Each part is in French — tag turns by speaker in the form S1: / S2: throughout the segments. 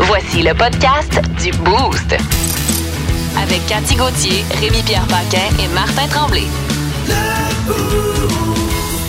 S1: Voici le podcast du Boost. Avec Cathy Gauthier, Rémi-Pierre Paquin et Martin Tremblay.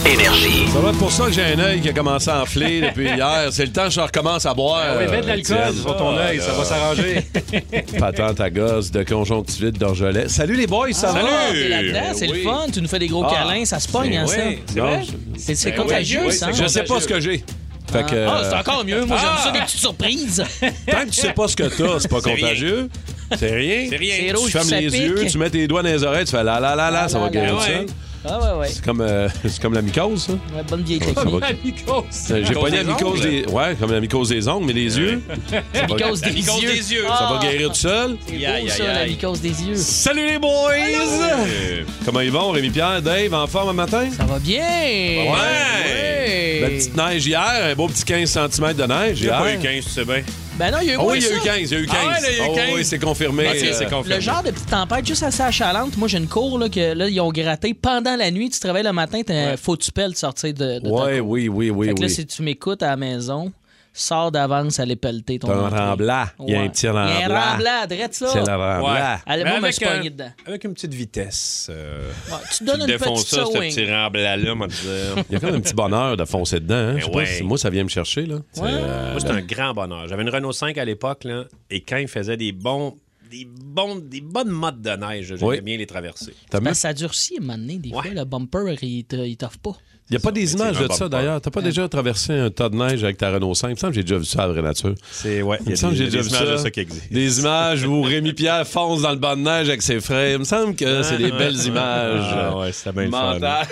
S2: Énergie.
S3: Ça va être pour ça que j'ai un œil qui a commencé à enfler depuis hier. C'est le temps que je recommence à boire.
S4: Ben Oui, mets de
S3: euh,
S4: l'alcool
S3: Étienne.
S4: sur ton
S3: Ah,
S4: œil, ça
S3: là.
S4: va s'arranger.
S3: Patente à gosse de conjonctivite d'Orgelet. Salut les boys, ça va?
S5: Ah, t'es là-dedans, c'est
S3: Oui.
S5: le fun, tu nous fais des gros
S3: Ah.
S5: câlins, ça se pogne, hein,
S3: Oui,
S5: ça.
S3: non,
S5: C'est- C'est
S3: Ben
S5: contagieux,
S3: oui, oui,
S5: ça.
S3: c'est- Je sais pas ce que j'ai. Fait que,
S5: Ah, c'est
S3: euh,
S5: encore mieux. Moi, j'aime
S4: Ah!
S5: ça, des petites surprises.
S3: tant que tu sais pas ce que t'as, c'est pas
S4: C'est rien.
S3: contagieux. C'est rien.
S5: C'est
S4: C'est rien.
S3: Tu
S5: rouge,
S3: fermes
S5: ça
S3: les
S5: pique.
S3: yeux, tu mets tes doigts dans les oreilles, tu fais la la la la, ça va
S5: La, la,
S3: guérir
S4: la.
S3: ça.
S4: Ouais.
S5: Ah, ouais, ouais.
S3: C'est comme, euh, c'est comme la mycose, ça.
S5: Ouais, bonne vieille technique.
S3: Ça va- J'ai
S4: Mycose
S3: pogné la
S4: des
S3: mycose
S4: ongles.
S3: des. Ouais, comme la mycose des ongles, mais des yeux. Ça va-
S5: mycose des
S4: mycose
S5: yeux.
S4: des yeux.
S5: Ah,
S3: Ça va guérir tout seul.
S5: c'est beau,
S4: Aïe,
S5: ça,
S4: aïe,
S5: la
S4: aïe.
S5: mycose des yeux.
S3: Salut les boys!
S4: Euh,
S3: Comment ils vont, Rémi Pierre, Dave, en forme un matin?
S5: Ça va bien. Ouais.
S3: La petite neige hier, un beau petit 15 cm de neige
S4: J'ai
S3: hier.
S4: pas eu 15, tu sais bien.
S5: Ben non, il y a eu
S3: Oh,
S5: moins
S3: oui, il y a eu
S5: ça.
S3: 15, il y a eu 15.
S4: Ah ouais, là, il y a eu
S3: Oh,
S4: 15.
S3: oui, c'est confirmé.
S4: Ok, c'est
S3: Euh,
S4: confirmé.
S5: Le genre de petite tempête juste assez achalante. Moi, j'ai une cour là, que là, ils ont gratté pendant la nuit. Tu travailles le matin, t'as- faut que tu pelles de sortir de, de ta
S3: Ouais,
S5: cour.
S3: oui, oui, oui,
S5: Fait que là,
S3: oui.
S5: si tu m'écoutes à la maison, sors d'avance, allez pelleter ton
S3: T'as un
S5: entrée.
S3: remblant. Il y a un
S5: Il
S3: petit
S5: y a
S3: remblant.
S5: un remblant, drette là.
S3: C'est le remblant.
S5: Allez,
S4: Mais
S5: moi, me
S4: avec euh,
S5: suis
S4: un-
S5: pogné dedans.
S4: Avec une petite vitesse. euh,
S5: Ouais, tu te donnes une
S4: défonces
S5: petite
S4: ça, ce
S5: sewing.
S4: petit remblat-là, moi, je veux dire.
S3: Il y a quand même un petit bonheur de foncer dedans. hein. Je sais pas
S4: ouais.
S3: si- moi, ça vient me chercher. Là.
S5: Ouais.
S4: Moi, c'est un grand bonheur. J'avais une Renault 5 à l'époque, là, et quand il faisait des bons, des bons, des bonnes mottes de neige, j'aime
S3: Oui.
S4: bien les traverser.
S3: T'as
S5: Ben,
S3: même-
S5: ça durcit à un moment donné, des
S4: Ouais.
S5: fois. Le bumper, il te- il t'offre pas.
S3: Il n'y a pas des
S4: c'est
S3: images
S4: un
S3: de ça,
S4: bumper.
S3: d'ailleurs. T'as pas déjà traversé un tas de neige avec ta Renault 5? Il me semble que j'ai déjà vu ça à la vraie nature.
S4: C'est ouais.
S3: Il me semble que j'ai déjà vu ça. Des images où Rémi Pierre fonce dans le banc de neige avec ses frères. Il me semble que c'est des belles images.
S4: Ah ouais, c'était bien le fun.
S3: Mentales.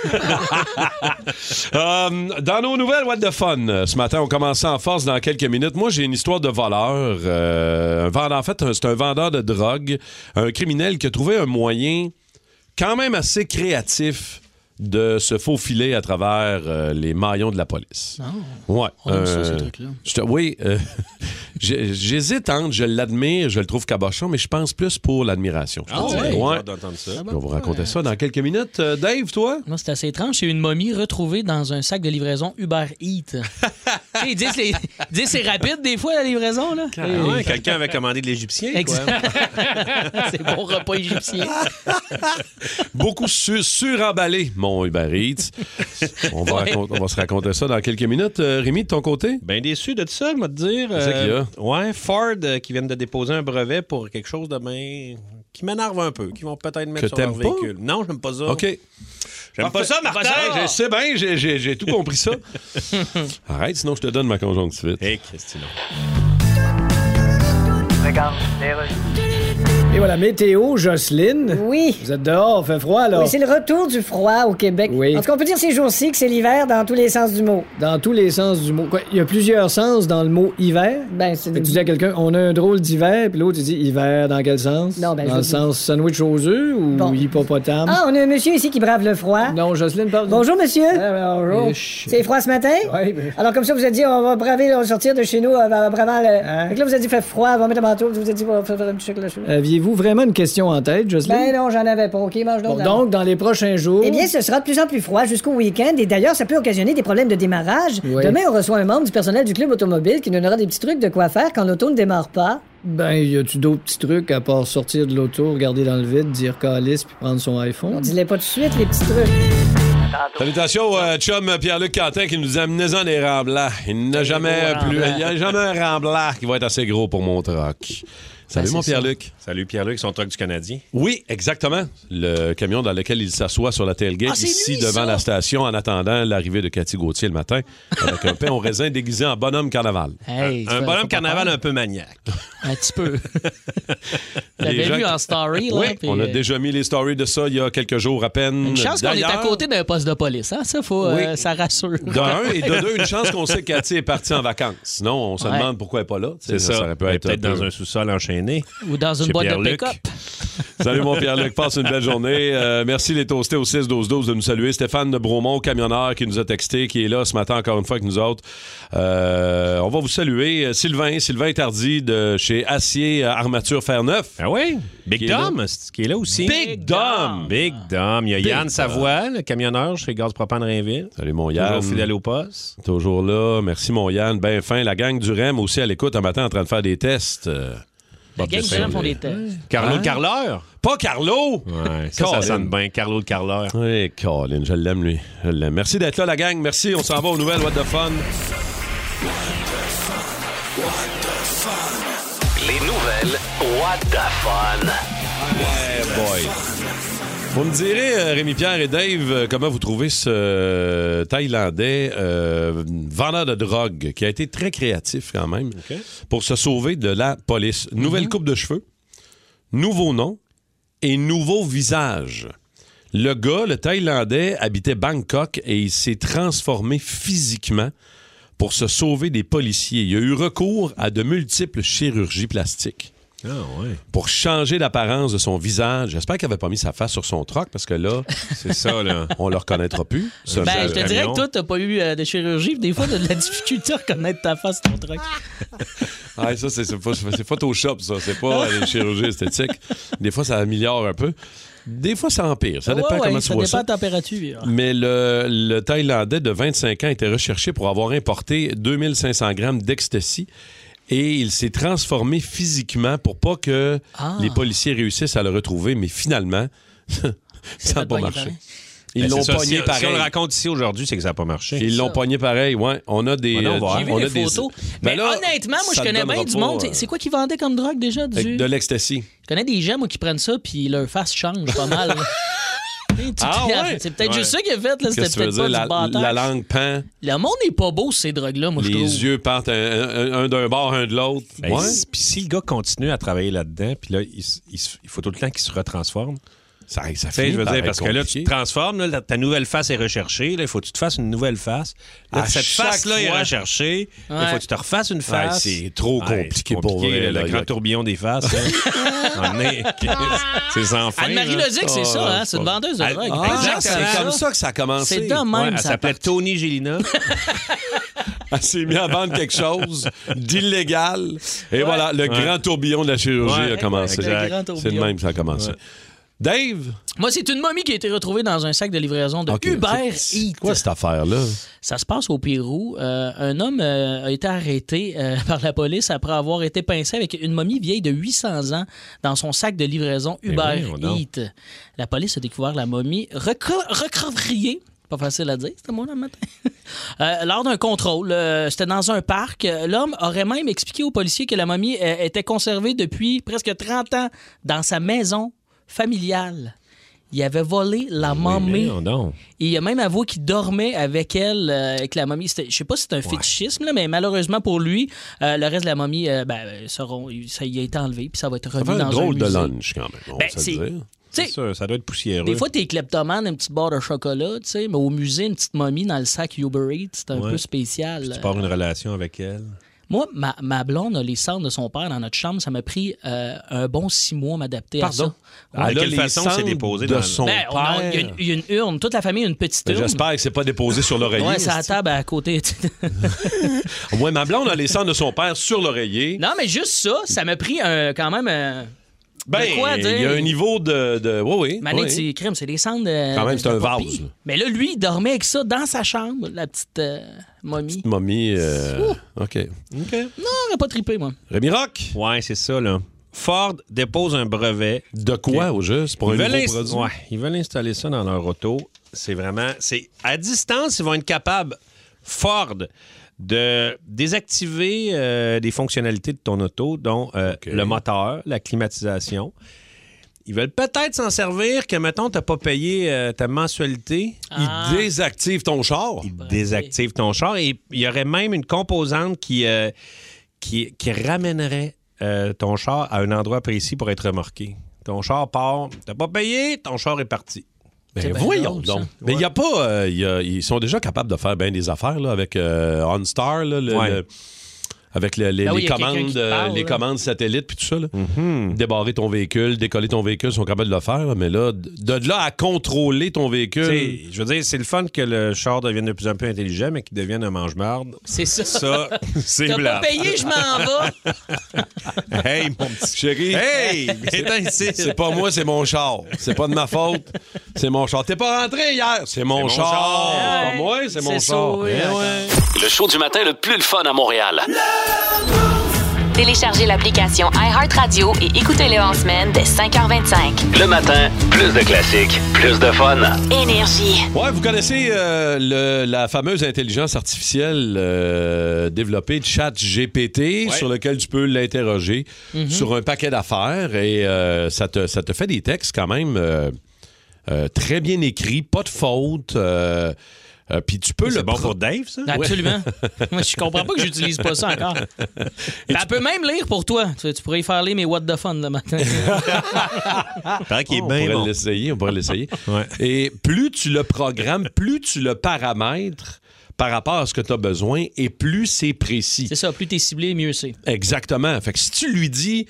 S3: Hum, dans nos nouvelles, what the fun. euh, Ce matin, on commence ça en force dans quelques minutes. Moi, j'ai une histoire de voleur. Euh, un vendeur, en fait, un- c'est un vendeur de drogue, un criminel qui a trouvé un moyen quand même assez créatif de se faufiler à travers euh, les maillons de la police. Ouais.
S5: Ah,
S3: euh,
S5: On aime ça, ces trucs-là.
S3: je te- oui, euh, j'ai- j'hésite entre je l'admire, je le trouve cabochon, mais je pense plus pour l'admiration. Je
S4: Ah
S3: te
S4: ouais,
S3: dirais.
S4: j'ai
S3: Ouais.
S4: hâte d'entendre ça.
S3: On va vous raconter ça dans quelques minutes. Euh, Dave, toi?
S5: Moi, c'est assez étrange. C'est une momie retrouvée dans un sac de livraison Uber Eats. Tu sais, ils disent, les- ils disent c'est rapide des fois, la livraison. là.
S4: Ah ouais, quelqu'un avait commandé de l'Égyptien. quoi.
S5: Exact. c'est bon repas égyptien.
S3: Beaucoup su- suremballé, mon Uber Eats. On va,
S5: Ouais.
S3: racon- on va se raconter ça dans quelques minutes. Euh, Rémi, de ton côté?
S4: Ben déçu de ça, je vais te dire.
S3: Qu'est-ce qu'il y a?
S4: Ouais, Ford euh, qui viennent de déposer un brevet pour quelque chose de ben, qui m'énerve un peu, qui vont peut-être mettre
S3: Que
S4: sur leur
S3: t'aimes pas?
S4: véhicule. Non, je n'aime pas ça.
S3: OK.
S4: J'aime pas Oh. ça, Martin.
S3: Ah, je sais bien, j'ai- j'ai j'ai tout compris ça. Arrête, sinon je te donne ma conjonctivite.
S4: Hey, Christina.
S6: Et voilà, météo, Jocelyne.
S7: Oui.
S6: Vous êtes dehors, fait froid, là.
S7: Oui, c'est le retour du froid au Québec.
S6: Oui.
S7: En tout cas, on peut dire ces jours-ci que c'est l'hiver dans tous les sens du mot.
S6: Dans tous les sens du mot. Quoi, Il y a plusieurs sens dans le mot hiver.
S7: Ben, c'est
S6: Fait que tu dis à quelqu'un, on a un drôle d'hiver, puis l'autre, il dit hiver dans quel sens?
S7: Non, ben, je
S6: dans le
S7: dis-
S6: sens sandwich aux œufs ou
S7: Bon.
S6: hippopotame?
S7: Ah, on a un monsieur ici qui brave le froid.
S6: Non, Jocelyne parle.
S7: Bonjour, monsieur.
S6: Ah, ben, bonjour.
S7: C'est froid ce matin?
S6: Ouais, ben-
S7: Alors, comme ça, vous avez dit, on va braver, on va sortir de chez nous, euh, va- vraiment. le-
S6: Hein?
S7: Fait que là, vous avez dit, fait froid, on va mettre un manteau, vous avez dit, on va faire un petit chocolat chaud.
S6: Aviez-vous vraiment une question en tête, Jocelyne?
S7: Ben non, j'en avais pas. OK, mange donc.
S6: Bon,
S7: d'abord.
S6: donc, dans les prochains jours.
S7: Ben, Eh bien, ce sera de plus en plus froid jusqu'au week-end et d'ailleurs, ça peut occasionner des problèmes de démarrage.
S6: Oui.
S7: Demain, on reçoit un membre du personnel du club automobile qui nous donnera des petits trucs de quoi faire quand l'auto ne démarre pas.
S6: Ben, y a-tu d'autres petits trucs à part sortir de l'auto, regarder dans le vide, dire calice, puis prendre son
S7: On
S6: iPhone?
S7: dit-les pas tout de suite, les petits trucs.
S3: Salutations, euh, chum Pierre-Luc Quentin qui nous amenait en des remblants. Il n'a jamais
S5: gros
S3: plus.
S5: remblants.
S3: Il n'y a jamais un remblant qui va être assez gros pour mon truck. Salut,
S5: c'est
S3: mon
S5: ça.
S3: Pierre-Luc.
S4: Ben, Salut Pierre-Luc, son truck du Canadien.
S3: Oui, exactement. Le camion dans lequel il s'assoit sur la tailgate
S5: Ah, c'est
S3: ici
S5: lui,
S3: devant
S5: ça!
S3: la station en attendant l'arrivée de Cathy Gauthier le matin avec un pain au raisin déguisé en bonhomme carnaval.
S5: Hey,
S4: un
S5: faut- faut
S4: bonhomme
S5: pas
S4: carnaval
S5: peur.
S4: un peu maniaque.
S5: Un petit peu.
S3: Les
S5: J'avais
S3: gens
S5: lu
S3: qui-
S5: en story. Là,
S3: Oui,
S5: puis,
S3: on a
S5: euh,
S3: déjà mis les stories de ça il y a quelques jours à peine.
S5: Une chance qu'on est à
S3: D'ailleurs,
S5: côté d'un poste de police, hein? Ça, faut, euh,
S3: Oui.
S5: ça rassure.
S3: De un, et de deux, une chance qu'on sait que Cathy est partie en vacances. Sinon, on se
S5: Ouais.
S3: demande pourquoi elle n'est pas là. Tu sais,
S4: C'est ça.
S3: aurait pu
S4: Elle est
S3: être
S4: Peut-être
S3: peu-
S4: dans un sous-sol enchaîné.
S5: Ou dans une
S4: Chez
S5: boîte de
S4: Pierre-Luc.
S5: pick-up.
S3: Salut, mon Pierre-Luc. Passe une belle journée. Euh, merci, les toastés au 6-12-12 de nous saluer. Stéphane de Bromont, camionneur, qui nous a texté, qui est là ce matin encore une fois avec nous autres. Euh, on va vous saluer. Euh, Sylvain, Sylvain Tardy de chez Acier euh, Armature Fer Neuf.
S4: Ah oui? Big
S3: Qui est
S4: Dom, c'est- qui est là aussi.
S3: Big Dom!
S4: Big Dom. Il y a Yann Savoie, le camionneur chez Gaz Propane Rainville.
S3: Salut, mon Yann.
S4: Toujours fidèle au poste.
S3: Toujours là. Merci, mon Yann. Ben fin. La gang du REM aussi à l'écoute un matin en train de faire des tests. Euh,
S5: La
S3: Bob
S5: gang
S3: Dessin,
S5: des gens font
S3: mais-
S5: des tests.
S4: Carlo
S3: Hein?
S4: le Carleur.
S3: Pas Carlo!
S4: Ouais, ça,
S3: Colin.
S4: ça sonne bien. Carlo le Carleur.
S3: Oui, Colin, je l'aime, lui. Je l'aime. Merci d'être là, la gang. Merci. On s'en va aux nouvelles. What the fun?
S2: Les nouvelles, what the fun.
S3: Boy. Vous me direz, euh, Rémi Pierre et Dave, euh, comment vous trouvez ce euh, Thaïlandais euh, vendeur de drogue qui a été très créatif quand même pour se sauver de la police. Nouvelle coupe de cheveux, nouveau nom et nouveau visage. Le gars, le Thaïlandais, habitait Bangkok et il s'est transformé physiquement pour se sauver des policiers. Il a eu recours à de multiples chirurgies plastiques
S4: Ah ouais.
S3: pour changer l'apparence de son visage. J'espère qu'il n'avait pas mis sa face sur son troc parce que là,
S4: C'est ça, là. Ben,
S3: on le reconnaîtra plus. Ça,
S5: Ben,
S3: ça-
S5: je te
S4: camion.
S5: dirais que toi, t'as pas eu euh, de chirurgie, puis des fois, t'as de la difficulté à reconnaître ta face, ton truc.
S3: Ah, ça, c'est, c'est pas- c'est Photoshop, ça. C'est pas euh, les chirurgies esthétiques. Des fois, ça améliore un peu. Des fois, ça empire. Ça dépend
S5: Ouais, ouais,
S3: comment tu
S5: ça
S3: vois
S5: dépend
S3: ça.
S5: de la température. hein.
S3: Mais le, le Thaïlandais de 25 ans était recherché pour avoir importé 2500 grammes d'ecstasy et il s'est transformé physiquement pour pas que
S5: Ah.
S3: les policiers réussissent à le retrouver. Mais finalement, ça n'a
S5: fait
S3: pas
S5: pogner
S3: marché.
S5: pareil.
S3: Ils
S4: Ben, c'est
S3: l'ont
S4: ça, si-
S3: pogné
S4: Si on le
S3: pareil.
S4: raconte ici aujourd'hui, c'est que ça n'a pas marché.
S3: Ils l'ont
S5: ça.
S3: pogné pareil, ouais. On a des.
S4: Ouais, on va
S3: euh,
S4: voir.
S5: J'ai vu
S3: on
S5: les
S3: a des-
S5: photos.
S3: Ben
S5: Mais
S3: là,
S5: honnêtement, moi, je
S3: ça te
S5: connais bien
S3: donnera
S5: du
S3: pas,
S5: monde.
S3: euh,
S5: C'est quoi qu'ils vendaient comme drogue déjà? Du...
S3: avec de l'ecstasy.
S5: Je connais des gens, moi, qui prennent ça, puis leur face change pas mal. là. Tu-
S3: Ah ouais?
S5: C'est peut-être
S4: Ouais.
S5: juste ça qu'il a fait. là, C'était
S3: Qu'est-ce que tu
S5: peut-être
S3: veux dire?
S5: pas
S3: La,
S5: du bâtard.
S3: la langue pend,
S5: Le monde n'est pas beau, ces drogues-là, moi, je trouve.
S3: les yeux partent un, un- un d'un bord, un de l'autre.
S4: Ben,
S3: Ouais.
S4: si- Puis si le gars continue à travailler là-dedans, puis là, il, s- il s- il faut tout le temps qu'il se retransforme.
S3: Ça, ça
S4: Tu sais,
S3: finit
S4: je veux
S3: par
S4: dire,
S3: être
S4: parce que là,
S3: compliqué.
S4: tu te transformes, là, la- ta nouvelle face est recherchée. Là, il faut que tu te fasses une nouvelle face. Là,
S3: À
S4: cette
S3: chaque
S4: face-là est
S3: fois.
S4: recherchée. Là, il
S5: Ouais.
S4: faut que tu te refasses une
S3: Ouais,
S4: face.
S3: c'est trop
S4: Ouais,
S3: compliqué,
S4: c'est
S3: pour euh, vrai.
S4: là,
S3: là,
S4: le
S3: gars.
S4: grand tourbillon des faces. hein. Un moment donné, c'est sans fin.
S5: Anne-Marie
S4: là.
S5: Lozic, c'est
S3: Oh,
S5: ça, hein? C'est une vendeuse de
S4: Ah,
S5: drogue.
S3: Ah,
S4: Exactement.
S3: c'est comme ça que ça a commencé.
S5: C'est de même,
S4: Ouais, elle
S5: ça
S4: s'appelait
S5: part.
S4: Tony Gélina.
S3: Elle s'est mise à vendre quelque chose d'illégal. Et voilà, le grand tourbillon de la chirurgie
S4: Ouais.
S3: a commencé.
S5: Exact. Le grand
S3: C'est de
S5: tourbillon.
S3: même que ça a commencé. Dave,
S5: Moi, c'est une momie qui a été retrouvée dans un sac de livraison de
S3: OK,
S5: Uber
S3: c'est-
S5: Eats.
S3: quoi cette affaire-là?
S5: Ça se passe au Pérou. Euh, un homme euh, a été arrêté euh, par la police après avoir été pincé avec une momie vieille de 800 ans dans son sac de livraison Uber
S4: Eh voyons donc.
S5: Eats. La police a découvert la momie recro- recroquevillée. Pas facile à dire, ce mot-là, le matin. Euh, lors d'un contrôle, euh, c'était dans un parc. Euh, L'homme aurait même expliqué aux policiers que la momie euh, était conservée depuis presque 30 ans dans sa maison familiale. Il avait volé la
S4: Eh
S5: momie.
S4: Non, non.
S5: Et il a même avoué qu'il dormait avec elle, euh, avec la momie. C'était- Je sais pas si c'est un fétichisme, là, mais malheureusement pour lui, euh, le reste de la momie, euh, ben, euh, seront, ça y a été enlevé, puis ça va être
S3: Ça
S5: remis
S3: fait un
S5: dans
S3: drôle de
S5: musée.
S3: lunch, quand même. On
S5: Ben,
S3: va se
S5: c'est-
S3: le dire.
S5: Tu
S4: C'est
S5: sais,
S4: sûr, ça doit être poussiéreux.
S5: des fois, t'es kleptomane, une petite barre de chocolat, tu sais, mais au musée, une petite momie dans le sac Uber Eats, c'est un
S4: Ouais.
S5: peu spécial.
S4: tu pars une relation avec elle.
S5: Moi, ma, ma blonde a les cendres de son père dans notre chambre. Ça m'a pris euh, un bon six mois à m'adapter à
S3: Pardon?
S5: ça.
S4: Ah, de
S3: Là,
S4: quelle
S3: les
S4: façon c'est
S3: cendres
S4: déposé
S3: de
S4: dans le-
S3: son
S5: Ben, on a-
S3: père.
S5: il y a une- il y, a une urne. Toute la famille a une petite
S3: Ben,
S5: urne.
S3: J'espère que c'est pas déposé sur l'oreiller.
S5: Ouais, c'est à la table à côté.
S3: Ouais, ma blonde a les cendres de son père sur l'oreiller.
S5: Non, mais juste ça, ça m'a pris un- quand même. un-
S3: Ben,
S5: de quoi dire?
S3: il y a un niveau de. de... Oui, oui.
S5: Mané,
S3: oui.
S5: c'est crème, c'est des cendres. de-
S3: Quand même,
S5: de-
S3: c'est
S5: de
S3: un
S5: papy.
S3: vase.
S5: Mais là, lui, il dormait avec ça dans sa chambre, la petite euh, momie.
S3: Petite Momie. euh, OK.
S5: Non, j'aurais pas trippé, moi.
S3: Rémi Rock,
S4: Ouais, c'est ça, là. Ford dépose un brevet.
S3: de quoi au juste pour
S4: Ils
S3: un
S4: veulent,
S3: nouveau
S4: inst-
S3: produit?
S4: ouais, ils veulent installer ça dans leur auto. C'est vraiment. c'est À distance, ils vont être capables, Ford, de désactiver euh, des fonctionnalités de ton auto, dont euh, le moteur, la climatisation. Ils veulent peut-être s'en servir que, mettons, t'as pas payé euh, ta mensualité.
S5: Ah.
S3: Il désactive ton char.
S4: Il désactive ton char et il y aurait même une composante qui, euh, qui, qui ramènerait euh, ton char à un endroit précis pour être remorqué. Ton char part, t'as pas payé, ton char est parti.
S5: C'est
S3: Ben,
S5: bien
S3: voyons
S5: drôle,
S3: donc.
S5: ça.
S3: Mais il n'y a pas. euh, il y a- ils sont déjà capables de faire bien des affaires là, avec euh, OnStar, là, le,
S4: Ouais.
S3: le- avec le- les,
S5: Ben oui,
S3: les
S5: y a quelqu'un
S3: commandes,
S5: qui te
S3: euh,
S5: parle,
S3: les
S5: là.
S3: commandes satellites puis tout ça. là.
S4: Mm-hmm.
S3: Débarrer ton véhicule, décoller ton véhicule, ils sont capables de le faire. là, Mais là, de de là à contrôler ton véhicule.
S4: Tu sais, je veux dire, c'est le fun que le char devienne de plus en plus intelligent, mais qu'il devienne un mange-marde.
S5: C'est ça.
S4: Ça, c'est
S5: T'as
S4: blanc.
S5: pas payé, je m'en vais.
S4: Hey, mon petit
S3: Chérie,
S4: Hey! Viens ici.
S3: C'est pas moi, c'est mon char. C'est pas de ma faute. C'est mon char. T'es pas rentré hier. C'est mon,
S4: mon
S3: char.
S4: char.
S3: C'est pas moi, c'est mon
S5: C'est
S3: char.
S5: sauvé,
S3: Eh
S5: d'accord.
S3: ouais.
S2: Le show du matin le plus le fun à Montréal.
S1: Téléchargez l'application iHeartRadio et écoutez-le en semaine dès 5h25.
S2: Le matin, plus de classiques, plus de fun.
S1: Énergie.
S3: Ouais, vous connaissez euh, le- la fameuse intelligence artificielle euh, développée, ChatGPT, sur lequel tu peux l'interroger sur un paquet d'affaires et euh, ça, te, ça te fait des textes quand même euh, euh, très bien écrits, pas de faute. euh, euh, Puis tu peux le
S4: C'est bon
S3: pre-
S4: pour Dave, ça?
S5: Absolument. Moi, je comprends pas que j'utilise pas ça encore. Ben, elle peut même lire pour toi. Tu, tu pourrais y faire lire mes What the Fun le matin.
S4: Paraît
S3: Ah,
S4: qu'il
S3: on
S4: est bien
S3: pourrait
S4: bon.
S3: l'essayer, on pourrait l'essayer.
S4: Oh, Ouais.
S3: Et plus tu le programmes, plus tu le paramètres par rapport à ce que tu as besoin et plus c'est précis.
S5: C'est ça, plus t'es ciblé, mieux c'est.
S3: Exactement. Fait que si tu lui dis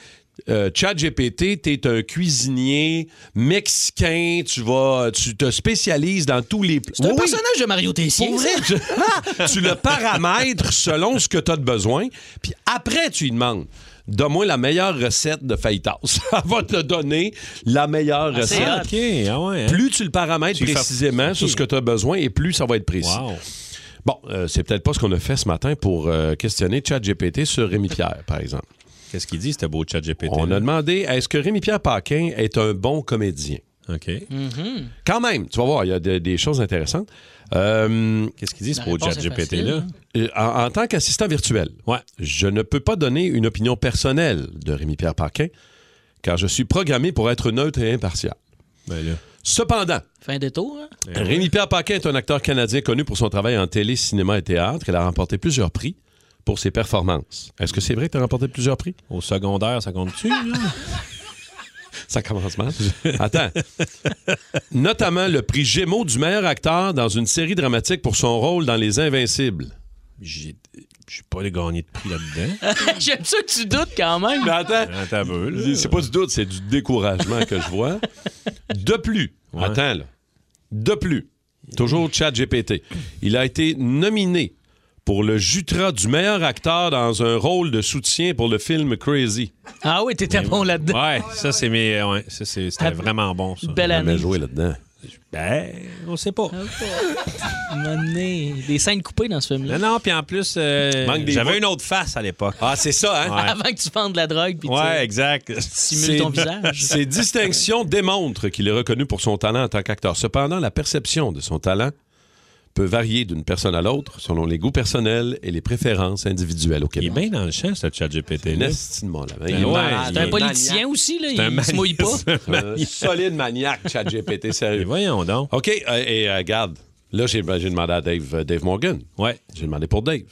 S3: euh, GPT, t'es un cuisinier mexicain, tu vas, tu te spécialises dans tous les plats.
S5: C'est un
S3: Oui, oui.
S5: personnage de Mario Tessier.
S3: Pour
S5: ça.
S3: vrai, tu, tu le paramètres selon ce que tu as de besoin, puis après, tu lui demandes Donne-moi la meilleure recette de fajitas. Elle va te donner la meilleure
S5: Ah, c'est
S3: recette.
S5: hot.
S4: OK, ah ouais. hein?
S3: Plus tu le paramètres
S4: Tu fais-
S3: précisément sur ce que tu as besoin et plus ça va être précis.
S4: Wow.
S3: Bon, euh, c'est peut-être pas ce qu'on a fait ce matin pour euh, questionner ChatGPT sur Rémi Pierre, par exemple.
S4: Qu'est-ce qu'il dit, ce beau chat GPT?
S3: On a demandé est-ce que Rémi Pierre Paquin est un bon comédien
S4: OK.
S5: Mm-hmm.
S3: Quand même, tu vas voir, il y a de- des choses intéressantes. Euh,
S4: Qu'est-ce qu'il dit, ce
S5: La
S4: beau
S5: réponse
S4: chat
S5: est
S4: GPT,
S5: facile,
S4: là?
S5: hein.
S3: Euh, en, en tant qu'assistant virtuel,
S4: Ouais.
S3: je ne peux pas donner une opinion personnelle de Rémi-Pierre Paquin, car je suis programmé pour être neutre et impartial.
S4: Ben là.
S3: Cependant,
S5: Fin de tour. hein?
S3: Rémi-Pierre Euh, Paquin est un acteur canadien connu pour son travail en télé, cinéma et théâtre. Il a remporté plusieurs prix pour ses performances. Est-ce que c'est vrai que tu as remporté plusieurs prix?
S4: Au secondaire, ça compte-tu? là?
S3: Ça commence mal. Attends. Notamment le prix Gémeaux du meilleur acteur dans une série dramatique pour son rôle dans Les Invincibles.
S4: J'ai j'ai pas gagné de prix là-dedans.
S5: J'aime ça que tu doutes quand même.
S3: attends,
S4: Attends un peu, là.
S3: c'est pas du doute, c'est du découragement que je vois. De plus, attends là. De plus, toujours Chat GPT. Il a été nominé pour le Jutra du meilleur acteur dans un rôle de soutien pour le film Crazy.
S5: Ah oui, t'étais bon là-dedans.
S4: Ouais, ça, c'est mes. euh, Ouais, ça, c'est- c'était vraiment bon, ça.
S5: Belle année. Ah
S3: joué là-dedans.
S4: Ben, on sait pas.
S5: Money. Des scènes coupées dans ce film-là.
S4: Non, non, puis en plus, euh,
S3: Manque des voix.
S4: j'avais une autre face à l'époque.
S3: Ah, c'est ça, hein?
S4: Ouais.
S5: Avant que tu vendes de la drogue puis
S4: Ouais, exact.
S5: tu simules ton
S3: Ses-
S5: visage.
S3: Ses distinctions démontrent qu'il est reconnu pour son talent en tant qu'acteur. Cependant, la perception de son talent peut varier d'une personne à l'autre selon les goûts personnels et les préférences individuelles au
S4: Il est
S3: Québec.
S4: bien dans le champ, ce chat GPT.
S3: C'est
S4: là. Ben
S3: estimement, là.
S4: Ouais,
S3: malade.
S5: C'est Ah, un politicien aussi, là.
S4: un
S5: Il se
S4: mani-
S5: mouille pas.
S3: Un solide maniaque, ChatGPT,
S4: Et
S3: sérieux.
S4: voyons donc.
S3: Euh, OK, euh, et euh, regarde, là, j'ai j'ai demandé à Dave, euh, Dave Morgan.
S4: Ouais.
S3: J'ai demandé pour Dave.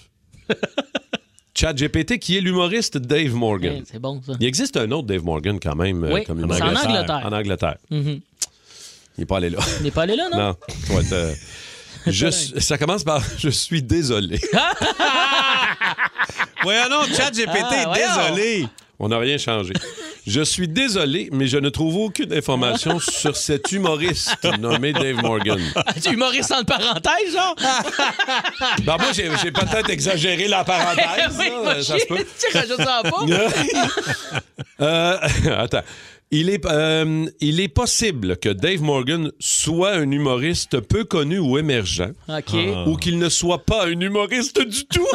S3: ChatGPT, qui est l'humoriste Dave Morgan.
S5: Ouais, C'est bon, ça.
S3: Il existe un autre Dave Morgan quand même. euh,
S5: Oui,
S3: comme
S5: c'est
S3: humoriste.
S5: en Angleterre.
S3: En Angleterre. Il n'est pas allé là.
S5: Il n'est pas allé là, non?
S3: Non, faut être, euh, je suis- ça commence par je suis désolé.
S4: Voyons donc, chat GPT,
S5: Ah, voyons.
S4: désolé.
S3: On n'a rien changé. Je suis désolé, mais je ne trouve aucune information sur cet humoriste nommé Dave Morgan.
S5: Tu humoriste entre parenthèses, genre?
S3: Ben moi, j'ai j'ai peut-être exagéré la parenthèse.
S5: Eh oui,
S3: là,
S5: va
S3: ben, ça se
S5: chier.
S3: peut.
S5: Tu rajoutes ça en pas?
S3: Euh, attends. Il est, euh, il est possible que Dave Morgan soit un humoriste peu connu ou émergent,
S5: OK.
S3: ou qu'il ne soit pas un humoriste du tout.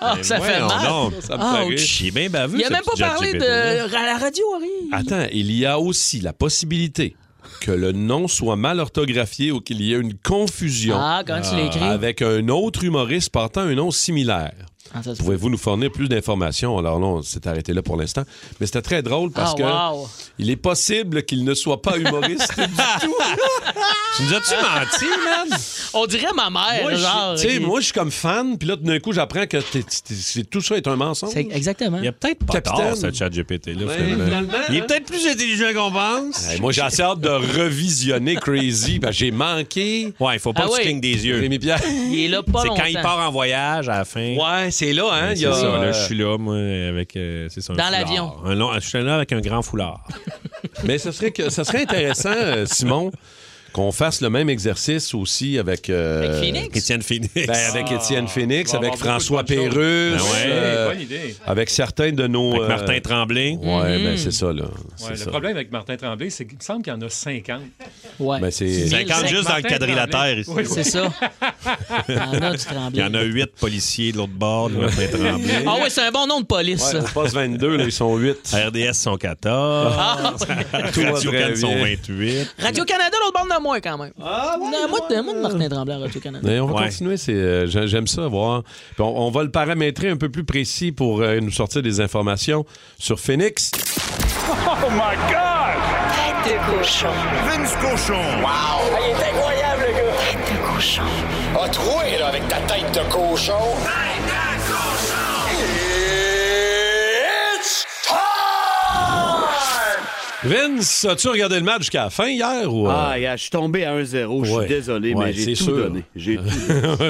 S5: Ah, ça fait
S4: Voyons
S5: mal.
S4: donc.
S3: Ça me
S5: Ah,
S3: fait
S5: ouch.
S3: rire.
S4: J'ai bien bavé.
S5: Il a
S4: ce
S5: même
S4: petit
S5: pas parlé
S4: ChatGPT,
S5: de
S4: là.
S5: à la radio, Harry.
S3: Attends, il y a aussi la possibilité que le nom soit mal orthographié ou qu'il y ait une confusion euh,
S5: Ah, quand tu l'écris.
S3: avec un autre humoriste portant un nom similaire.
S5: Ah, ça se-
S3: Pouvez-vous nous fournir plus d'informations? Alors là, on s'est arrêté là pour l'instant. Mais c'était très drôle parce
S5: Ah,
S3: que
S5: wow.
S3: il est possible qu'il ne soit pas humoriste du tout.
S4: Tu nous as-tu menti, man?
S5: On dirait ma mère,
S3: Moi,
S5: genre.
S3: je- tu sais,
S5: il-
S3: moi, je suis comme fan, puis là, tout d'un coup, j'apprends que t'es- t'es- c'est- tout ça est un mensonge. Ben,
S5: C'est exactement.
S4: Il y a peut-être pas
S3: Capitaine.
S4: tort, ce chat GPT, là,
S3: Ouais,
S4: finalement.
S3: finalement,
S4: Il est
S3: hein.
S4: peut-être plus intelligent qu'on pense.
S3: Hey, moi, j'ai assez hâte de revisionner Crazy, parce que j'ai manqué
S4: Ouais, il faut pas
S5: Ah
S4: que
S5: ouais.
S4: tu clignes des yeux.
S3: Rémi Pierre.
S5: Il est là pas
S4: C'est
S5: longtemps.
S4: quand il part en voyage à la fin.
S3: Ouais,
S4: c'est là, hein? il y a-
S3: c'est ça, là,
S4: je suis là, moi, avec. euh, c'est ça, un
S5: Dans
S4: foulard.
S5: l'avion.
S4: Un long- Je suis là avec un grand foulard.
S3: Mais ce serait, que, ce serait intéressant, euh, Simon, qu'on fasse le même exercice aussi avec. euh,
S5: Avec Phoenix?
S4: Étienne Phoenix.
S3: ben, avec Étienne Phoenix,
S8: va avoir
S3: avec
S8: beaucoup de
S3: François
S8: bonnes choses.
S3: Pérus,
S4: Ben ouais.
S3: euh,
S8: bonne idée.
S3: avec certains de nos.
S4: Avec
S3: euh,
S4: Martin Tremblay.
S3: Ouais, ben c'est ça, là.
S8: Ouais,
S3: C'est
S8: le
S3: ça.
S8: problème avec Martin Tremblay, c'est qu'il me semble qu'il y en a 50.
S5: Ouais.
S3: Ben, c'est-
S5: Tu viens
S4: 50
S5: le
S4: juste
S5: cinq-
S4: dans le
S8: Martin
S4: quadrilatère
S8: Tremblay.
S4: ici.
S8: Oui, oui.
S5: C'est ça. Il y en a du
S4: Il y en
S5: tremblé.
S4: a huit policiers de l'autre bord, de Martin Tremblay.
S5: Ah ouais, c'est un bon nom de police. ça.
S3: Ouais, on passe 22, là, ils sont 8.
S4: RDS sont 14.
S5: Ah!
S3: Tout va
S4: Radio-Can
S3: très
S4: sont
S3: bien.
S4: 28.
S5: Radio-Canada, l'autre bande de moi, quand même. Ah, ouais, moi, de, moi de Martin Tremblay à Radio-Canada.
S3: Mais on va
S4: Ouais.
S3: continuer, c'est, euh, j'a- j'aime ça, voir. Puis on, on va le paramétrer un peu plus précis pour euh, nous sortir des informations sur Phoenix.
S9: Oh
S1: Tête de cochon.
S10: Ah, il est incroyable, le gars!
S1: Tête de cochon.
S9: A troué, là, avec ta tête de cochon. It's time!
S3: Vince, as-tu regardé le match jusqu'à la fin hier ou. euh?
S11: Ah, gars, je suis tombé à 1-0. Je suis
S3: Ouais.
S11: désolé,
S3: Ouais,
S11: mais j'ai
S3: c'est
S11: tout
S3: sûr.
S11: donné. J'ai tout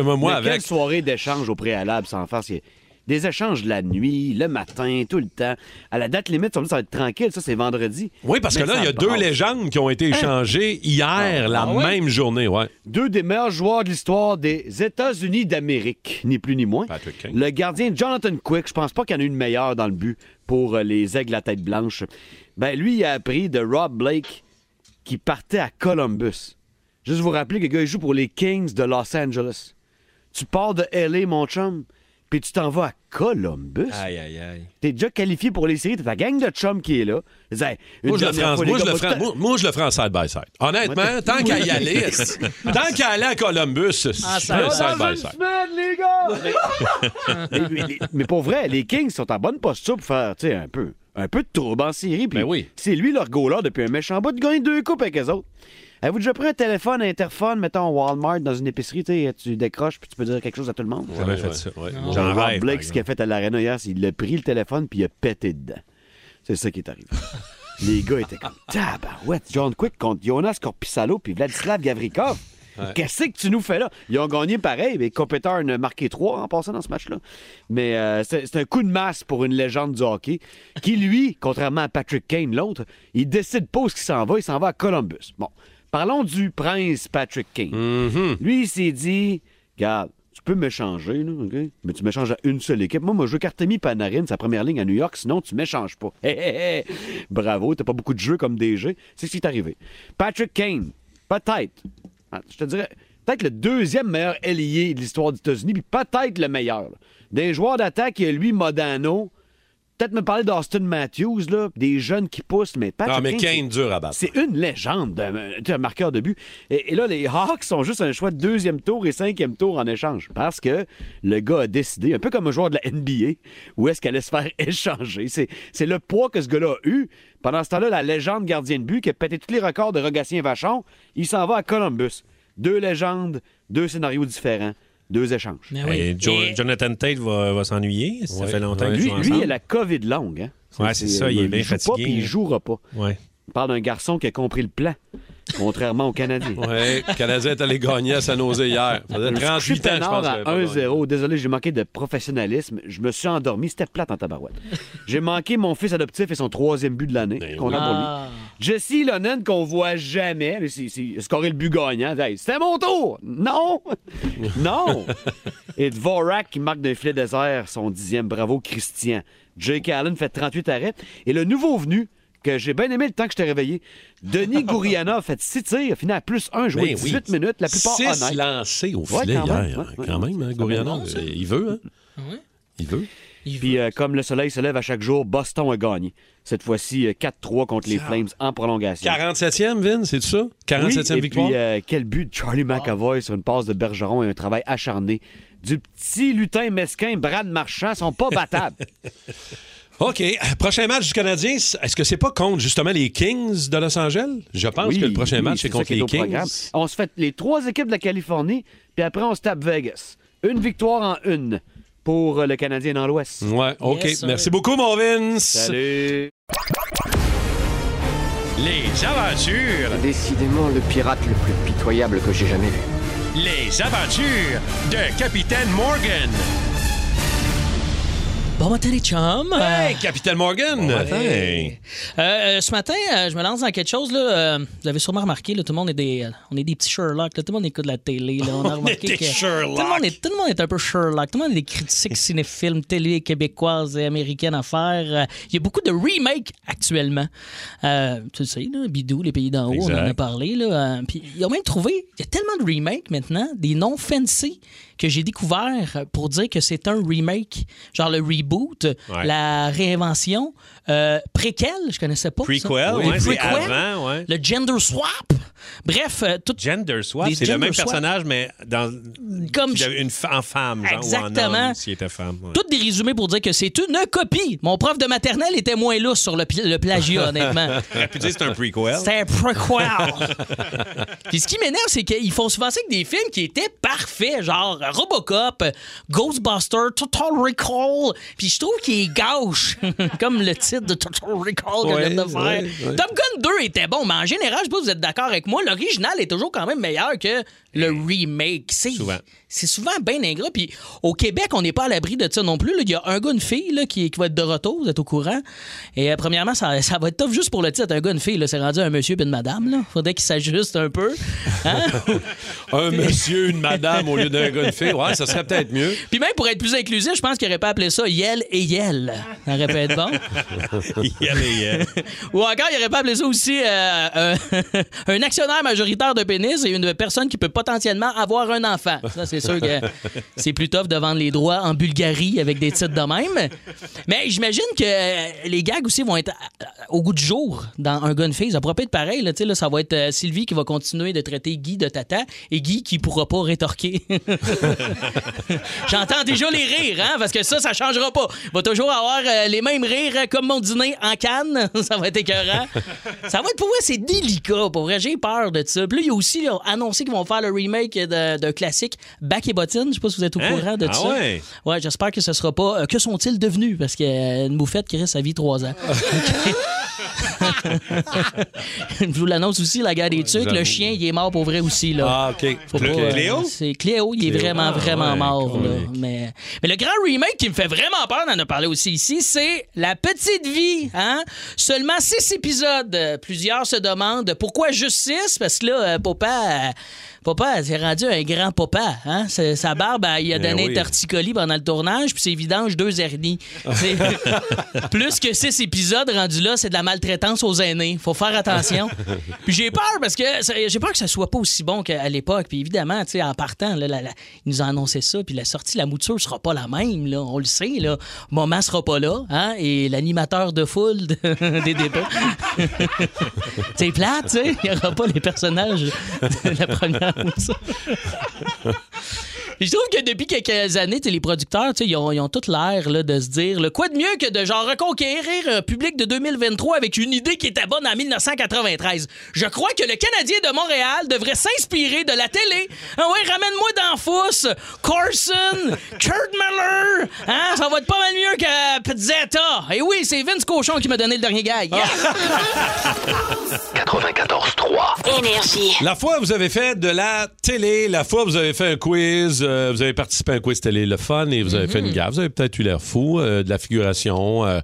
S3: Moi,
S11: Mais
S3: avec.
S11: Quelle soirée d'échange au préalable, sans farce. Il y a Des échanges la nuit, le matin, tout le temps. À la date limite, ça va être tranquille. Ça, c'est vendredi.
S3: Oui, parce que
S11: Mais
S3: là,
S11: ça
S3: il y a deux
S11: brasse. Hein? Ah,
S3: légendes qui ont été échangées hier, la même journée, ouais.
S11: Deux des meilleurs joueurs de l'histoire des États-Unis d'Amérique, ni plus ni moins.
S3: Patrick Kane.
S11: Le gardien Jonathan Quick, je pense pas qu'il y en a une meilleure dans le but pour euh, les Aigles à tête blanche. Ben lui, il a appris de Rob Blake qui partait à Columbus. Juste vous rappeler que le gars, il joue pour les Kings de Los Angeles. Tu pars de LA, mon chum, puis tu t'en vas à Columbus.
S4: Aïe, aïe, aïe.
S11: T'es déjà qualifié pour les séries, t'as ta gang de chum qui est là. Je disais, hey, une
S3: Moi je, le
S11: dernière
S3: ferais-
S11: fois, les
S3: moi, je
S11: gars,
S3: le
S11: moi,
S3: ferais- moi- moi, je le ferais en side-by-side. Honnêtement, tant qu'à y aller, est- tant qu'à aller à Columbus, je fais un side-by-side.
S11: Mais, mais- mais pour vrai, les Kings sont en bonne posture pour faire tu sais, un peu, un peu de trouble en série. puis
S3: Ben oui.
S11: C'est lui leur goaler depuis un méchant bout de gagner deux coupes avec eux autres. Avez-vous déjà pris un téléphone, un interphone, mettons Walmart dans une épicerie, tu sais, tu décroches puis tu peux dire quelque chose à tout le monde?
S4: J'avais fait ça.
S11: Genre
S4: J'en
S11: Rob
S4: rêve.
S11: Blake, ce qu'il a fait à l'aréna hier, c'est qu'il a pris le téléphone puis il a pété dedans. C'est ça qui est arrivé. Les gars étaient comme tabarouette. John Quick contre Jonas Corpissalo puis Vladislav Gavrikov. Qu'est-ce que tu nous fais là? Ils ont gagné pareil, mais Kopitar en a marqué trois en passant dans ce match-là. Mais euh, c'est c'est un coup de masse pour une légende du hockey qui, lui, contrairement à Patrick Kane, l'autre, il décide pas où il s'en va, il s'en va à Columbus. Bon, parlons du prince Patrick Kane. Lui, il s'est dit, regarde, tu peux m'échanger, là, OK? mais tu m'échanges à une seule équipe. Moi, moi, je veux Cartemi Panarin, sa première ligne à New York, sinon tu m'échanges pas. Hé, hé, hé! Bravo, t'as pas beaucoup de jeux comme DG. C'est ce qui est arrivé. Patrick Kane, peut-être, ah, je te dirais, peut-être le deuxième meilleur ailier de l'histoire des États-Unis, puis peut-être le meilleur. là. Des joueurs d'attaque, il y a lui, Modano, peut-être me parler d'Austin Matthews, là, des jeunes qui poussent, mais Patrick
S3: Ah, mais
S11: c'est-
S3: Kane, dur à battre.
S11: c'est une légende d'un d'un marqueur de but. Et, et là, les Hawks ont juste un choix de deuxième tour et cinquième tour en échange. Parce que le gars a décidé, un peu comme un joueur de la NBA, où est-ce qu'elle allait se faire échanger. C'est c'est le poids que ce gars-là a eu. Pendant ce temps-là, la légende gardien de but qui a pété tous les records de Rogatien Vachon, il s'en va à Columbus. Deux légendes, deux scénarios différents, deux échanges.
S5: Mais Ah Ben oui.
S4: Et Jo-
S5: Et-
S4: Jonathan Tate va, va s'ennuyer. Ça
S3: Ouais.
S4: fait longtemps
S3: Ouais.
S4: qu'ils
S11: Lui,
S4: jouent
S11: lui, il
S4: ensemble.
S11: a la COVID longue. Hein?
S4: Ouais, c'est ça, il est bien
S11: joue pas,
S4: fatigué,
S11: puis il
S4: hein.
S11: jouera pas.
S4: Ouais.
S11: On parle d'un garçon qui a compris le plan, contrairement aux Canadiens.
S3: Ouais, le Canadien est allé gagner à San Jose hier. Ça faisait
S11: Je me suis
S3: 38 ans, je
S11: peinard
S3: pense.
S11: à
S3: qu'il avait pas gagné.
S11: 1-0. Désolé, j'ai manqué de professionnalisme. Je me suis endormi. C'était plate en tabarouette. j'ai manqué mon fils adoptif et son troisième but de l'année.
S3: Ben
S11: Content pour lui.
S5: Ah.
S11: Jesse Lonen, qu'on voit jamais, mais c'est- c'est- scorer le but gagnant. Hey, c'était mon tour! Non! non! Et Dvorak qui marque d'un filet désert son dixième. Bravo, Christian. Jake Allen fait 38 arrêts. Et le nouveau venu, que j'ai bien aimé le temps que je t'ai réveillé, Denis Gourianov fait 6 tirs, fini à plus 1, joué
S3: Ben oui.
S11: 18 minutes, la plupart
S3: Six
S11: honnêtes.
S3: lancés au
S11: Ouais,
S3: filet
S11: quand même,
S3: hier.
S11: ouais, ouais.
S3: Quand même, hein, Gourianov, Il veut, hein? Il veut.
S11: Puis euh, comme le soleil se lève à chaque jour, Boston a gagné. Cette fois-ci, euh, 4-3 contre les Flames en prolongation.
S3: 47e, Vin, c'est ça?
S11: Oui,
S3: 47e
S11: et
S3: victoire?
S11: puis euh, quel but de Charlie
S3: Ah.
S11: McAvoy sur une passe de Bergeron et un travail acharné du petit lutin mesquin Brad Marchand sont pas battables. euh,
S3: OK. Prochain match du Canadien, c- est-ce que c'est pas contre justement les Kings de Los Angeles? Je pense
S11: Oui,
S3: que le prochain
S11: oui,
S3: match, c'est
S11: ça
S3: contre
S11: qui est
S3: les
S11: au
S3: Kings.
S11: programme. On se fait les trois équipes de la Californie, puis après on se tape Vegas. Une victoire en une pour euh, le Canadien dans l'Ouest.
S3: Ouais, OK.
S5: Yes, sir.
S3: Merci beaucoup, mon Vince.
S11: Salut!
S2: Les aventures,
S10: Décidément le pirate le plus pitoyable que j'ai jamais vu.
S2: les aventures de Capitaine Morgan.
S5: Bon matin, les chums. Euh,
S3: Hey, Capitaine Morgan! Hey.
S5: euh, ce matin, euh, je me lance dans quelque chose. Là, euh, vous avez sûrement remarqué, là, tout le monde est des, euh, on est des petits Sherlock. là, tout le monde écoute la télé. Là, on a
S3: On
S5: remarqué
S3: est des
S5: que
S3: Sherlock.
S5: Tout, le monde est, tout le monde est un peu Sherlock. Tout le monde est des critiques cinéphiles, télé québécoises et américaines à faire. Euh, Il y a beaucoup de remakes actuellement. Euh, tu le sais, là, Bidou, les pays d'en haut, on en a
S12: Exact.
S5: parlé. Là, euh, puis ils ont même trouvé, il y a tellement de remakes maintenant, des noms fancy que j'ai découvert pour dire que c'est un remake, genre le reboot, la réinvention, euh, préquel, je connaissais pas. ça.
S4: Prequel,
S5: Les
S4: ouais, c'est
S5: prequels,
S4: avant, ouais.
S5: Le gender swap. Bref, euh, tout.
S4: Gender swap,
S5: Des
S4: c'est le
S5: gender
S4: même
S5: swap.
S4: personnage, mais dans.
S5: Comme
S4: qu'il avait une f- en femme, genre, ou en
S5: Exactement.
S4: homme, s'il était femme. ouais.
S5: Toutes des résumés pour dire que c'est une copie. Mon prof de maternelle était moins lousse sur le, pi- le plagiat, honnêtement.
S4: J'aurais pu dire que c'est un prequel.
S5: C'était un prequel. Puis ce qui m'énerve, c'est qu'ils font souvent ça avec des films qui étaient parfaits, genre Robocop, Ghostbusters, Total Recall. Puis je trouve qu'il est gauche, comme le titre de Total Recall qu'on
S12: Ouais,
S5: vient de faire.
S12: ouais, ouais.
S5: Top Gun 2 était bon, mais en général, je sais pas si vous êtes d'accord avec moi, l'original est toujours quand même meilleur que le remake. C'est souvent, c'est souvent bien ingrat. Puis au Québec, on n'est pas à l'abri de ça non plus. là. Il y a un gars, une fille là, qui, qui va être de retour, vous êtes au courant. Et euh, premièrement, ça, ça va être tough juste pour le titre. Un gars, une fille, là, c'est rendu un monsieur et une madame. Là. Faudrait qu'il s'ajuste un peu. Hein?
S3: Un monsieur, une madame au lieu d'un gars, une fille. Ouais, ça serait peut-être mieux.
S5: Puis même pour être plus inclusif, je pense qu'il aurait pas appelé ça Yel et Yel. Ça aurait pu être bon.
S4: Yel et
S5: Ben,
S4: yel.
S5: Ou encore, il aurait pas appelé ça aussi euh, euh, un actionnaire majoritaire de pénis et une personne qui peut potentiellement avoir un enfant. Ça, c'est sûr que c'est plus tough de vendre les droits en Bulgarie avec des titres de même. Mais j'imagine que euh, les gags aussi vont être euh, au goût du jour dans un gun face. Ça pourrait pas être pareil. Là, Tu sais, là, ça va être euh, Sylvie qui va continuer de traiter Guy de tata et Guy qui pourra pas rétorquer. J'entends déjà les rires, hein, parce que ça, ça changera pas. Va toujours avoir euh, les mêmes rires euh, comme mon dîner en canne. ça va être écœurant. ça va être pour vrai, c'est délicat. Pour vrai, j'ai peur de ça. Puis là, il y a aussi là, annoncé qu'ils vont faire le remake de- d'un classique Bac et Bottine. Je sais pas si vous êtes au
S4: Hein?
S5: courant de
S4: Ah
S5: ça.
S4: ouais?
S5: Ouais, j'espère que ce sera pas. euh, que sont-ils devenus? Parce qu'une une moufette qui reste sa vie trois ans. Je vous l'annonce aussi, la guerre des tucs. Le
S3: j'avoue.
S5: chien, il est mort pour vrai aussi. Là.
S3: Ah, OK.
S5: Faut pas,
S3: Clé-
S5: euh,
S3: Cléo?
S5: c'est Cléo, il est
S3: Cléo.
S5: vraiment,
S3: Ah,
S5: vraiment
S3: ouais,
S5: mort. là.
S3: colique.
S5: Mais, mais le grand remake qui me fait vraiment peur, on en a parlé aussi ici, c'est La Petite Vie. Hein? Seulement six épisodes. Euh, Plusieurs se demandent pourquoi juste six? Parce que là, euh, papa, euh, papa s'est rendu un grand papa. Hein? C'est- Sa barbe, elle, il a
S12: Eh
S5: donné
S12: oui. Ah.
S5: un torticolis pendant le tournage, puis c'est vidange deux hernies. C'est- Plus que six épisodes rendus là, c'est de la maltraitance aux aînés. Faut faire attention. Puis j'ai peur parce que ça- j'ai peur que ça soit pas aussi bon qu'à l'époque. Puis évidemment, tu sais, en partant, là, la- la- ils nous ont annoncé ça. Puis la sortie, la mouture sera pas la même. Là, on le sait. Là, moment sera pas là. Hein, et l'animateur de foule de- des débats. c'est plate, tu sais. Il y aura pas les personnages de la première mouture. Puis je trouve que depuis quelques années, tu sais, les producteurs, tu sais, ils ont, ils ont toute l'air là, de se dire le quoi de mieux que de genre reconquérir un public de 2023 avec une idée qui était bonne en 1993. Je crois que le Canadien de Montréal devrait s'inspirer de la télé. Ah ouais, ramène-moi dans Fousse, Carson, Kurt Miller. Hein, ça va être pas mal mieux que Pizzetta. Et oui, c'est Vince Cochon qui m'a donné le dernier gag. Yeah.
S3: 94.3.
S1: Énergie.
S3: La fois, vous avez fait de la télé. La fois, vous avez fait un quiz. euh, vous avez participé à un quiz télé, le fun, et vous avez
S5: Mhm.
S3: fait une gaffe. Vous avez peut-être eu l'air fou, euh, de la figuration euh,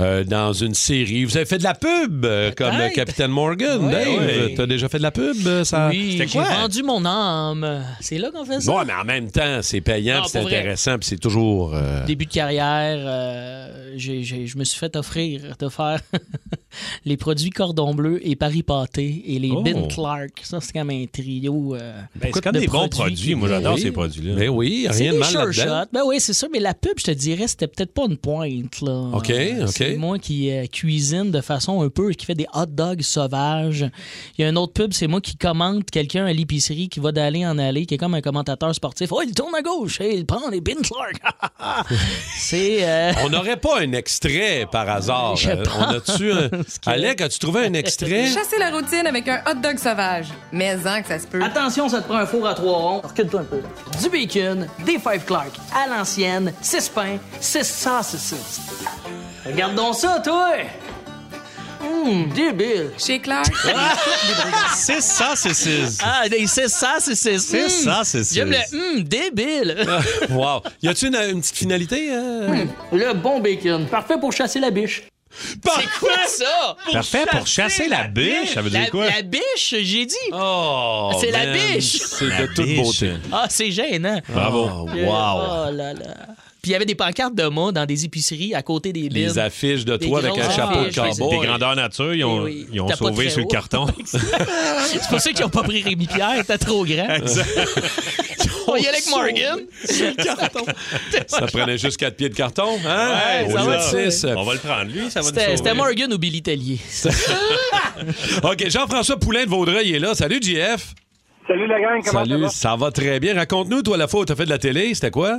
S3: euh, dans une série. Vous avez fait de la pub, euh, comme euh, Capitaine Morgan.
S5: Oui.
S3: Dave,
S5: Oui.
S3: t'as déjà fait de la pub? euh, Ça...
S5: Oui, j'ai vendu mon âme. C'est là qu'on fait ça.
S3: Bon, mais en même temps, c'est payant,
S5: Non,
S3: puis c'est
S5: pour vrai.
S3: intéressant, puis c'est toujours... euh,
S5: début de carrière, euh, j'ai- j'ai- je me suis fait offrir de faire les produits Cordon Bleu et Paris Pâté et les
S4: Oh.
S5: Ben Clark. Ça, c'est comme un trio. euh,
S4: Ben, c'est comme
S5: de
S4: des bons produits. Moi, j'adore ces produits-là.
S3: Mais ben oui,
S5: C'est
S3: rien de
S5: des
S3: mal
S5: sure
S3: là-dedans.
S5: shots. Ben oui, c'est ça. Mais la pub, je te dirais, c'était peut-être pas une pointe. Là.
S3: OK,
S5: Euh,
S3: OK.
S5: C'est moi qui euh, cuisine de façon un peu, qui fait des hot dogs sauvages. Il y a un autre pub, c'est moi qui commente quelqu'un à l'épicerie qui va d'aller en aller, qui est comme un commentateur sportif. Oh, il tourne à gauche, et il prend les Ben Clark. c'est. euh,
S3: On n'aurait pas un extrait par hasard.
S5: Ah, Je
S3: Euh, On a-tu un... Alec, as-tu trouvé un extrait?
S13: Chasser la routine avec un hot dog sauvage. Mais en que ça se peut.
S5: Attention, ça te prend un four à trois ronds. Recule-toi un peu. Du bacon, des Five Clark, à l'ancienne, six pains, six saucisses. Regarde donc ça, toi!
S13: Hum, débile. Chez Claire.
S4: C'est ça, c'est six.
S5: Ah, des- c'est ça, c'est c'est
S4: C'est
S5: Hmm.
S4: ça, c'est
S5: J'aime
S4: ça.
S5: le hum, débile.
S3: wow. Y a-tu une, une petite finalité? euh?
S12: Hmm. Le bon bacon, parfait pour chasser la biche.
S3: Bah!
S5: C'est quoi ça?
S4: Parfait pour chasser la biche, ça veut dire
S5: La-
S4: quoi?
S5: La biche, j'ai dit.
S3: Oh,
S5: c'est la
S3: man,
S5: biche.
S3: C'est
S4: La
S3: de toute
S4: biche.
S3: beauté.
S5: Ah, c'est gênant.
S3: Bravo.
S5: Euh, Oh là là. Puis il y avait des pancartes de moi dans des épiceries à côté des bins.
S3: Les affiches de
S5: Des
S3: toi avec un
S5: grosses
S3: chapeau de
S5: affiches, oui,
S3: cowboy.
S5: c'est- Des grandeurs
S4: nature, ils ont-
S5: Eh oui.
S4: ils ont
S5: T'as pas de
S4: sauvé
S5: très
S4: sur le
S5: haut.
S4: carton.
S5: c'est pour ça qu'ils n'ont pas pris Rémi Pierre, il était trop grand. On Oh, y allait avec Morgan. sur le carton.
S3: Ça prenait juste 4 pieds de carton, hein?
S5: Ouais, ça va être ça.
S3: On va le prendre, lui, ça
S5: C'était c'était Morgan ou Billy Tellier.
S3: OK, Jean-François Poulain de Vaudreuil est là. Salut, JF.
S14: Salut la gang, comment
S3: Salut,
S14: ça va?
S3: ça va très bien. Raconte-nous, toi, la fois où t'as fait de la télé, c'était quoi?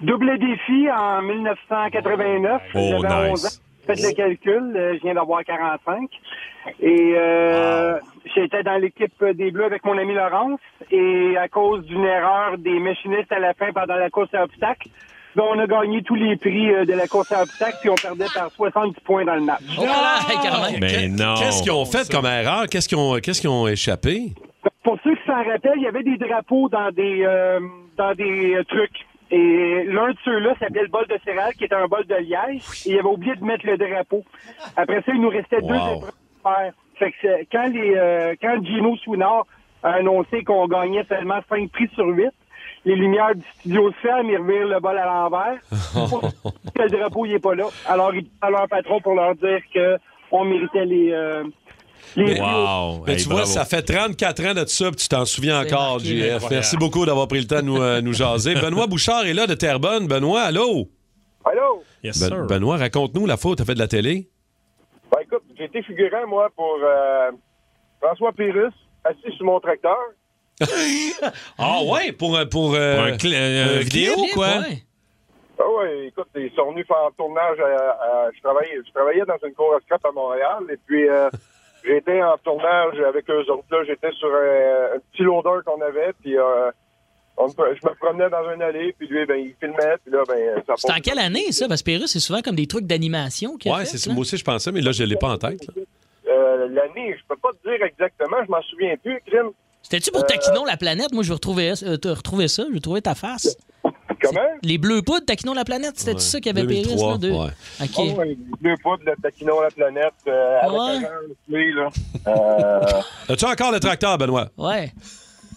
S14: Double défi en 1989.
S3: Oh,
S14: J'avais
S3: nice.
S14: 11 ans. Faites le calcul, euh, je viens d'avoir 45. Et euh, j'étais dans l'équipe des Bleus avec mon ami Laurence. Et à cause d'une erreur des machinistes à la fin pendant la course à obstacles, ben, on a gagné tous les prix euh, de la course à obstacles, puis on perdait par 70 points dans le match.
S5: Oh, Ah!
S4: Mais non.
S3: Qu'est-ce qu'ils ont fait comme erreur? Qu'est-ce qu'ils ont, qu'est-ce qu'ils ont échappé?
S14: Pour ceux qui s'en rappellent, il y avait des drapeaux dans des euh, dans des euh, trucs. Et l'un de ceux-là s'appelait le bol de céréales, qui était un bol de liège. Et il avait oublié de mettre le drapeau. Après ça, il nous restait deux
S10: Wow.
S14: épreuves à faire. Fait que c'est- quand, les, euh, quand Gino Souinard a annoncé qu'on gagnait seulement 5 prix sur 8, les lumières du studio se ferment, ils revirent le bol à l'envers. le drapeau, il est pas là. Alors, ils disent à leur patron pour leur dire que on méritait les... euh, les
S4: Wow.
S3: Mais
S4: Hey,
S3: Ben, tu vois,
S4: bravo.
S3: ça fait 34 ans de ça, puis tu t'en souviens encore,
S14: marqué.
S3: JF.
S14: Incroyable.
S3: Merci beaucoup d'avoir pris le temps de nous, euh, nous jaser. Benoît Bouchard est là de Terrebonne. Benoît, allô?
S15: Allô?
S3: Ben-
S15: sir.
S3: Benoît, raconte-nous la fois où t'as fait de la télé.
S15: Ben, écoute, j'ai été figurant, moi, pour euh, François Pérus, assis sur mon tracteur.
S3: Ah ouais, pour, euh, pour, euh,
S4: Pour un cl- euh,
S3: un
S4: vidéo, quoi.
S15: Ah ouais, écoute, ils sont venus faire un tournage. à- à- je, travaillais, je travaillais dans une cour à scrap à Montréal, et puis euh, j'étais en tournage avec eux autres. Là, j'étais sur euh, un, un petit loader qu'on avait, puis euh, on me- je me promenais dans une allée, puis lui, ben, il filmait, puis là, ben, ça
S5: C'était en quelle année, ça? Parce que Pérus, c'est souvent comme des trucs d'animation. qu'il a
S3: Ouais,
S5: fait,
S3: c'est ça.
S5: là.
S3: Moi aussi, je pensais, mais là, je l'ai pas en tête. là.
S15: Euh, L'année, je peux pas te dire exactement, je m'en souviens plus, Crime.
S5: C'était-tu pour Taquinon la planète? Moi, je vais retrouver, euh, te retrouver ça. Je vais trouver ta face.
S15: Comment?
S5: Les bleus poudres, Taquinon la planète. C'était-tu ça qu'il y avait Pérus? Là, deux? OK. Ah
S15: Oh, ouais, deux poudres de taquinon à la planète. euh, avec
S5: Ouais.
S15: un genre de clé, là. Euh,
S3: As-tu encore le tracteur, Benoît?
S5: Ouais.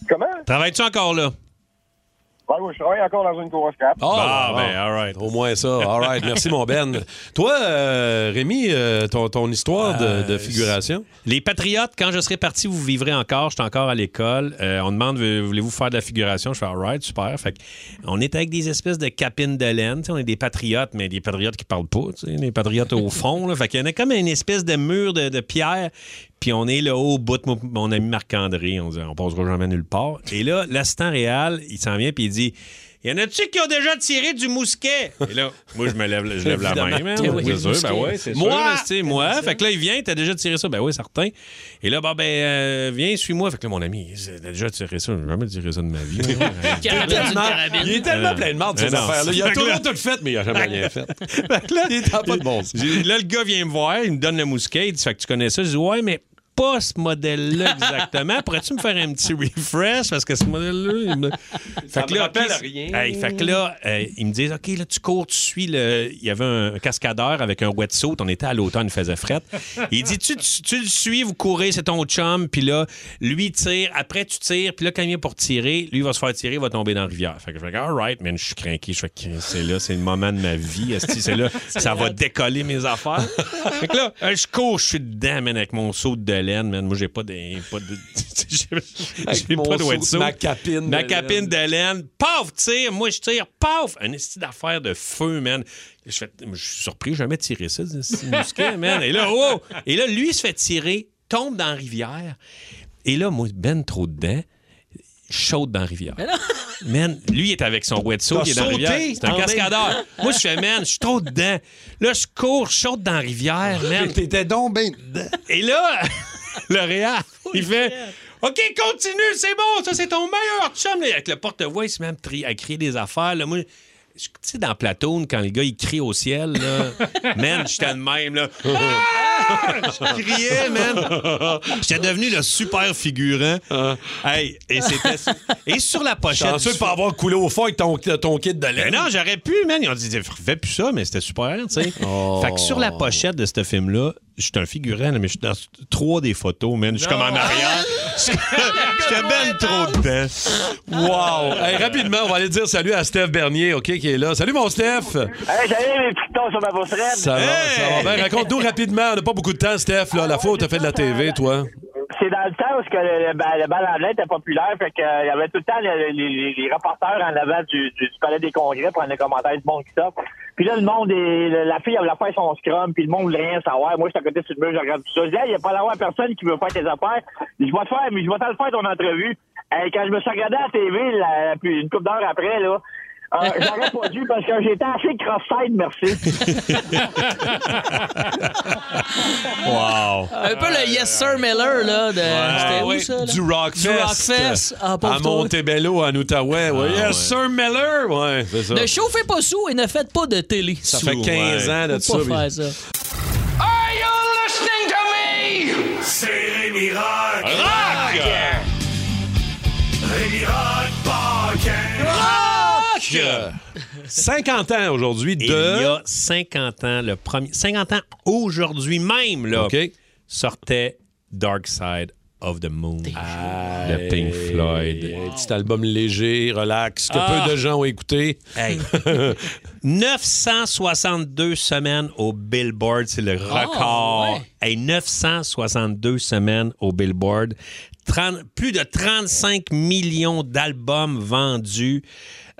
S15: Comment?
S4: Travailles-tu encore là?
S15: Ouais, ouais, je travaille encore dans une course cap.
S3: Ah,
S4: Bon,
S3: ben, all right. Au moins ça. All right. Merci, mon Ben. Toi, euh, Rémi, euh, ton, ton histoire de, de figuration.
S4: Les Patriotes, quand je serai parti, vous vivrez encore. J'étais encore à l'école. Euh, on demande Ve- voulez-vous faire de la figuration Je fais all right, super. Fait que, on est avec des espèces de capines de laine. Tu sais, on est des Patriotes, mais des Patriotes qui parlent pas. tu sais, Des Patriotes au fond. Là. Fait qu'il y en a comme une espèce de mur de, de pierre. Puis on est là au bout de mon, mon ami Marc-André. On dit on passera jamais nulle part. Et là, l'assistant réel, il s'en vient puis il dit. Y en a-tu qui ont déjà tiré du mousquet? Et là, moi, je me lève, je lève la main.
S3: Évidemment.
S4: man.
S3: Eh oui,
S4: C'est
S3: le
S4: sûr, ben
S3: mousquet.
S4: ouais, c'est
S3: Moi!
S4: sûr, là, c'est- moi. Fait que là, il vient, t'as déjà tiré ça. Ben oui, certain. Et là, bon, ben, euh, viens, suis-moi. Fait que là, mon ami, t'as déjà tiré ça. J'ai jamais tiré ça de ma vie.
S3: Il est tellement- Il est tellement plein de merde,
S4: Mais
S3: cette
S4: Euh, ben non.
S3: affaire-là. Il a
S4: Fait que
S3: toujours
S4: là-
S3: tout fait, mais il a jamais rien fait.
S4: Fait que là, J'ai- là, le gars vient me voir, il me donne le mousquet, il dit Fait que tu connais ça Je dis Ouais, mais pas ce modèle-là exactement. Pourrais-tu me faire un petit refresh Parce que ce modèle-là. il me-
S3: Ça me rappelle
S4: OK,
S3: rien.
S4: Hey, fait que là, euh, ils me disent OK, là, tu cours, tu suis. Le... Il y avait un cascadeur avec un wetsuit. On était à l'automne, il faisait fret. Il dit tu, tu, tu le suis, vous courez, c'est ton chum. Puis là, lui tire. Après, tu tires. Puis là, quand il vient pour tirer, lui va se faire tirer, il va tomber dans la rivière. Fait que je fais All right, man, je suis craqué. Je fais Christ, c'est là, c'est le moment de ma vie. esti, C'est là, ça va décoller mes affaires. fait que là, euh, je cours, je suis dedans, man, avec mon saut de laine, man. Moi, j'ai pas de. Pas de j'ai-
S3: Avec
S4: j'ai
S3: mon
S4: pas de
S3: saut-
S4: wetsuit.
S3: ma capine
S4: Ma
S3: de
S4: capine de laine. Paf, tire. Moi, je tire. Paf. Un esti d'affaire de feu, man. Je, fais- je suis surpris, j'ai jamais tiré ça, ce petit mousquet, man. Et là, oh! Et là, lui, il se fait tirer, tombe dans la rivière. Et là, moi, ben trop dedans, chaude dans la rivière. Man, lui, il est avec son wetsuit,
S3: T'as
S4: il est dans la
S3: sauté
S4: rivière. C'est un
S3: en même
S4: cascadeur.
S3: temps.
S4: Moi, je fais, man, je suis trop dedans. Là, je cours, je saute dans la rivière,
S16: Ah,
S4: man.
S16: T'étais donc bien dedans.
S4: Et là, le réa, il fait OK, continue, c'est bon, ça, c'est ton meilleur chum. Là, avec le porte-voix, il se met à, me tri- à crier des affaires. Là, moi, je- tu sais, dans Platoon, quand le gars, il crie au ciel, là, man, j'étais le même, là. Ah! Je criais, man. J'étais devenu le super figurant. Hey, et c'était. Et sur la pochette.
S3: Chanceux de pas avoir coulé au fond avec ton, ton kit de
S4: Mais
S3: laine.
S4: non, j'aurais pu, man. Ils ont dit, fais plus ça, mais c'était super, tu sais. Fait que sur la pochette de ce film-là, je suis un figurant, là, mais je suis dans trois des photos, man. Je suis comme en arrière. J'étais ben trop dedans.
S3: Ben, Wow! Hey, rapidement, on va aller dire salut à Steph Bernier, OK, qui est là. Salut, mon Steph!
S10: Hey, j'avais mes pitons sur ma bosserette.
S3: Ça va, ça va bien. Raconte-nous rapidement. On n'a pas beaucoup de temps, Steph. Là. La faute, t'as fait de la TV,
S5: Ben,
S3: toi.
S10: C'est dans le temps où ce que le, le, ba- le bal en blanc était populaire, fait que, euh, il y avait tout le temps le- le- les, les reporters en avant du, du- du palais des congrès pour prendre les commentaires du monde qui sort. Puis là, le monde, est- le- la fille, elle voulait faire son scrum, puis le monde voulait rien savoir. Moi, j'étais à côté sur le mur, je regarde tout ça. Je dis, Hey, il n'y a pas d'avoir personne qui veut faire tes affaires. Je vais te faire, mais je vais te le faire ton entrevue. Hey, quand je me suis regardé à la TV, la- puis une couple d'heures après, là, euh, j'aurais pas dû parce que j'étais assez cross-side, merci.
S4: Wow!
S5: Un peu le Yes Sir Miller, là. De... C'était où,
S3: Ah, oui,
S5: ça? là?
S3: Du Rockfest.
S5: Du Rockfest. Ah, pauvre
S3: à
S5: toi.
S3: Montebello, en Outaouais. Ah, Ouais. yes,
S4: ouais.
S3: Sir Miller! Ouais, c'est ça.
S5: Ne chauffez pas sous et ne faites pas de télé.
S3: Ça
S5: sous.
S3: fait 15 ans de
S5: Faut pas
S3: ça,
S5: faire ça.
S10: Are you listening to me? C'est Rémi Rock. Rock! Rémi Rock
S3: Rock! 50 ans aujourd'hui de.
S4: Il y a 50 ans, le premier. 50 ans aujourd'hui même, là.
S3: OK.
S4: Sortait Dark Side of the Moon. de Pink Floyd.
S3: Un petit album léger, relax, que
S4: Ah.
S3: peu de gens ont écouté.
S4: Hey. 962 semaines au Billboard, c'est le record. Hey, 962 semaines au Billboard. 30 plus de 35 millions d'albums vendus.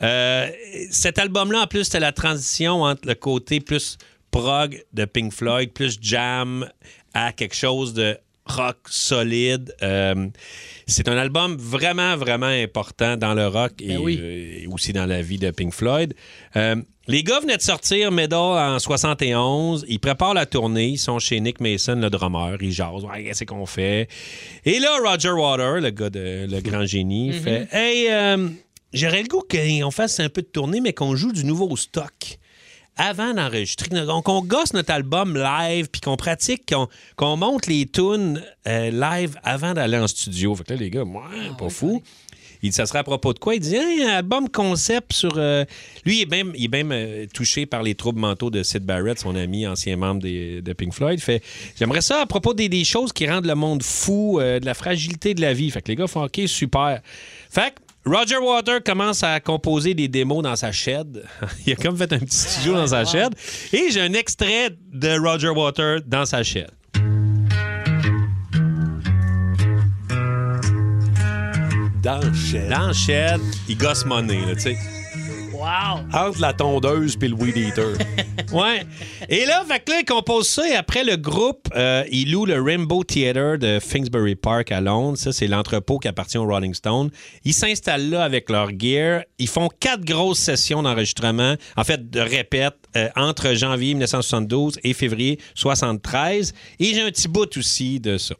S4: Euh, cet album-là, en plus, c'était la transition entre le côté plus prog de Pink Floyd, plus jam, à quelque chose de rock solide. Euh, c'est un album vraiment, vraiment important dans le rock et, euh, et aussi dans la vie de Pink Floyd. Euh, les gars venaient de sortir Medal en 71. Ils préparent la tournée. Ils sont chez Nick Mason, le drummer. Ils jasent. Ouais, qu'est-ce qu'on fait? Et là, Roger Water, le gars de le grand génie,
S10: Mhm.
S4: fait Hey, euh, j'aurais le goût qu'on fasse un peu de tournée, mais qu'on joue du nouveau stock avant d'enregistrer. Donc, on gosse notre album live, puis qu'on pratique, qu'on qu'on monte les tunes euh, live avant d'aller en studio. Fait que là, les gars, moi, pas fou. Il dit, ça serait à propos de quoi? Il dit, Hein, un album concept sur... euh, Lui, il est même, il est même, euh, touché par les troubles mentaux de Sid Barrett, son ami, ancien membre des- de Pink Floyd. Fait, j'aimerais ça à propos des, des choses qui rendent le monde fou, euh, de la fragilité de la vie. Fait que les gars font, OK, super. Fait que Roger Water commence à composer des démos dans sa shed. Il a comme fait un petit studio dans sa shed. Et j'ai un extrait de Roger Water dans sa shed.
S3: Dans le shed.
S4: Dans la shed, il gosse money, là, tu sais.
S5: Wow!
S3: Entre la tondeuse puis le weed eater.
S4: ouais. Et là, fait que là, il compose ça et après le groupe, euh, il loue le Rainbow Theatre de Finsbury Park à Londres. Ça, c'est l'entrepôt qui appartient aux Rolling Stones. Ils s'installent là avec leur gear. Ils font quatre grosses sessions d'enregistrement, en fait, de répète, euh, entre janvier 1972 et février 73. Et j'ai un petit bout aussi de ça.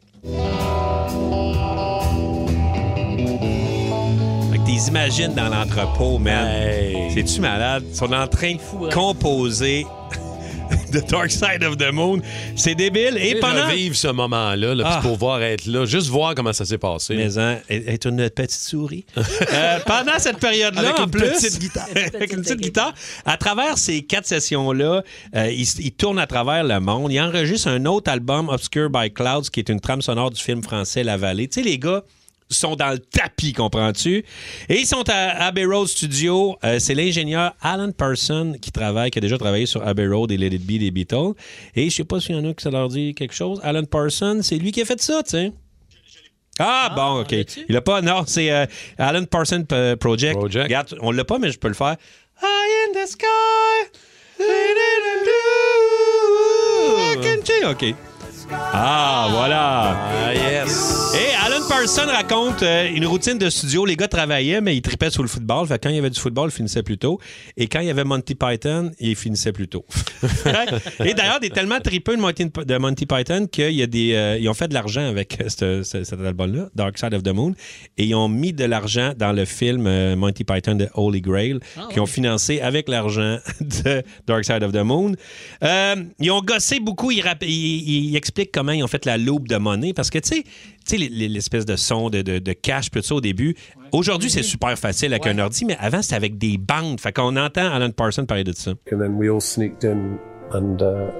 S4: Fait que t'es imagines dans l'entrepôt, man. C'est-tu malade? Ils sont en train de composer The Dark Side of the Moon. C'est débile. Et
S3: Et
S4: pendant...
S3: vivre ce moment-là, là, puis
S4: Ah.
S3: pouvoir être là, juste voir comment ça s'est passé.
S4: Mais hein, être une petite souris. Euh, pendant cette période-là,
S3: Avec
S4: en
S3: une
S4: plus,
S3: petite guitare.
S4: avec une petite guitare, à travers ces quatre sessions-là, euh, il, s- il tourne à travers le monde. Il enregistre un autre album, Obscure by Clouds, qui est une trame sonore du film français La Vallée. Tu sais, les gars sont dans le tapis, comprends-tu? Et ils sont à Abbey Road Studio. Euh, c'est l'ingénieur Alan Parson qui travaille, qui a déjà travaillé sur Abbey Road et Let It Be des Beatles. Et je sais pas s'il y en a qui ça leur dit quelque chose. Alan Parson, c'est lui qui a fait ça, tu sais. Ah, bon, OK. Il l'a pas. Non, c'est euh, Alan Parsons euh, Project. Regarde, on l'a pas, mais je peux le faire. High in the sky. OK. Ah, voilà. Ah, yes. Et Alan Mike Parson raconte euh, une routine de studio. Les gars travaillaient, mais ils tripaient sur le football. Fait que quand il y avait du football, ils finissaient plus tôt. Et quand il y avait Monty Python, ils finissaient plus tôt. Et d'ailleurs, des tellement tripeux de Monty, de Monty Python qu'ils y a des, euh, ils ont fait de l'argent avec euh, ce- ce- cet album-là, Dark Side of the Moon. Et ils ont mis de l'argent dans le film euh, Monty Python de Holy Grail,
S16: Ah
S4: qui ont
S16: ouais.
S4: financé avec l'argent de Dark Side of the Moon. Euh, ils ont gossé beaucoup. Ils, rap- ils- ils- ils expliquent comment ils ont fait la loupe de monnaie parce que, tu sais, tu sais, les- les- l'espèce de son de, de, de cash, tout ça au début. Aujourd'hui, c'est super facile avec un ordi, mais avant, c'était avec des bandes. Fait qu'on entend Alan Parsons parler de ça.
S17: And then we all sneaked in and uh,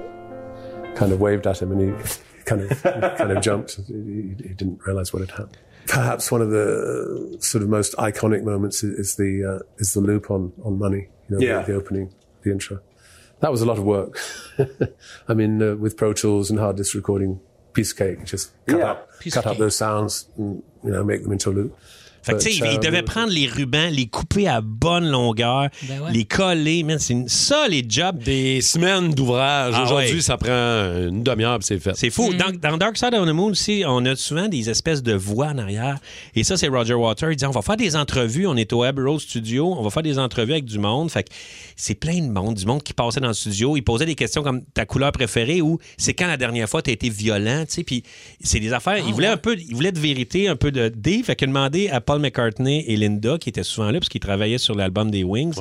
S17: kind of waved at him, and he kind of kind of jumped. He, he didn't realise what had happened. Perhaps one of the uh, sort of most iconic moments is, is the uh, is the loop on on money. You know,
S18: Yeah.
S17: the, the opening, the intro. That was a lot of work. I mean, uh, with Pro Tools and hard disk recording, piece of cake. Just cut up, cut up those sounds, and you know, make them into a loop.
S4: Fait que, tu sais,
S17: But,
S4: il- il
S17: um,
S4: devait prendre les rubans, les couper à bonne longueur,
S17: Ben ouais.
S4: les coller. Man, c'est une- ça, les jobs.
S3: Des semaines d'ouvrage. Aujourd'hui, ça prend une demi-heure c'est fait.
S4: C'est fou. Dans, dans Dark Side of the Moon aussi, on a souvent des espèces de voix en arrière. Et ça, c'est Roger Water. Il dit on va faire des entrevues. On est au Abbey Road Studio. On va faire des entrevues avec du monde. Fait que c'est plein de monde. Du monde qui passait dans le studio. Ils posaient des questions comme ta couleur préférée ou c'est quand la dernière fois tu as été violent. tu sais. Puis c'est des affaires. il, voulait un peu, il voulait de vérité, un peu de D. Fait qu'il a demandé à Paul McCartney et Linda, qui étaient souvent là, parce qu'ils travaillaient sur l'album des Wings.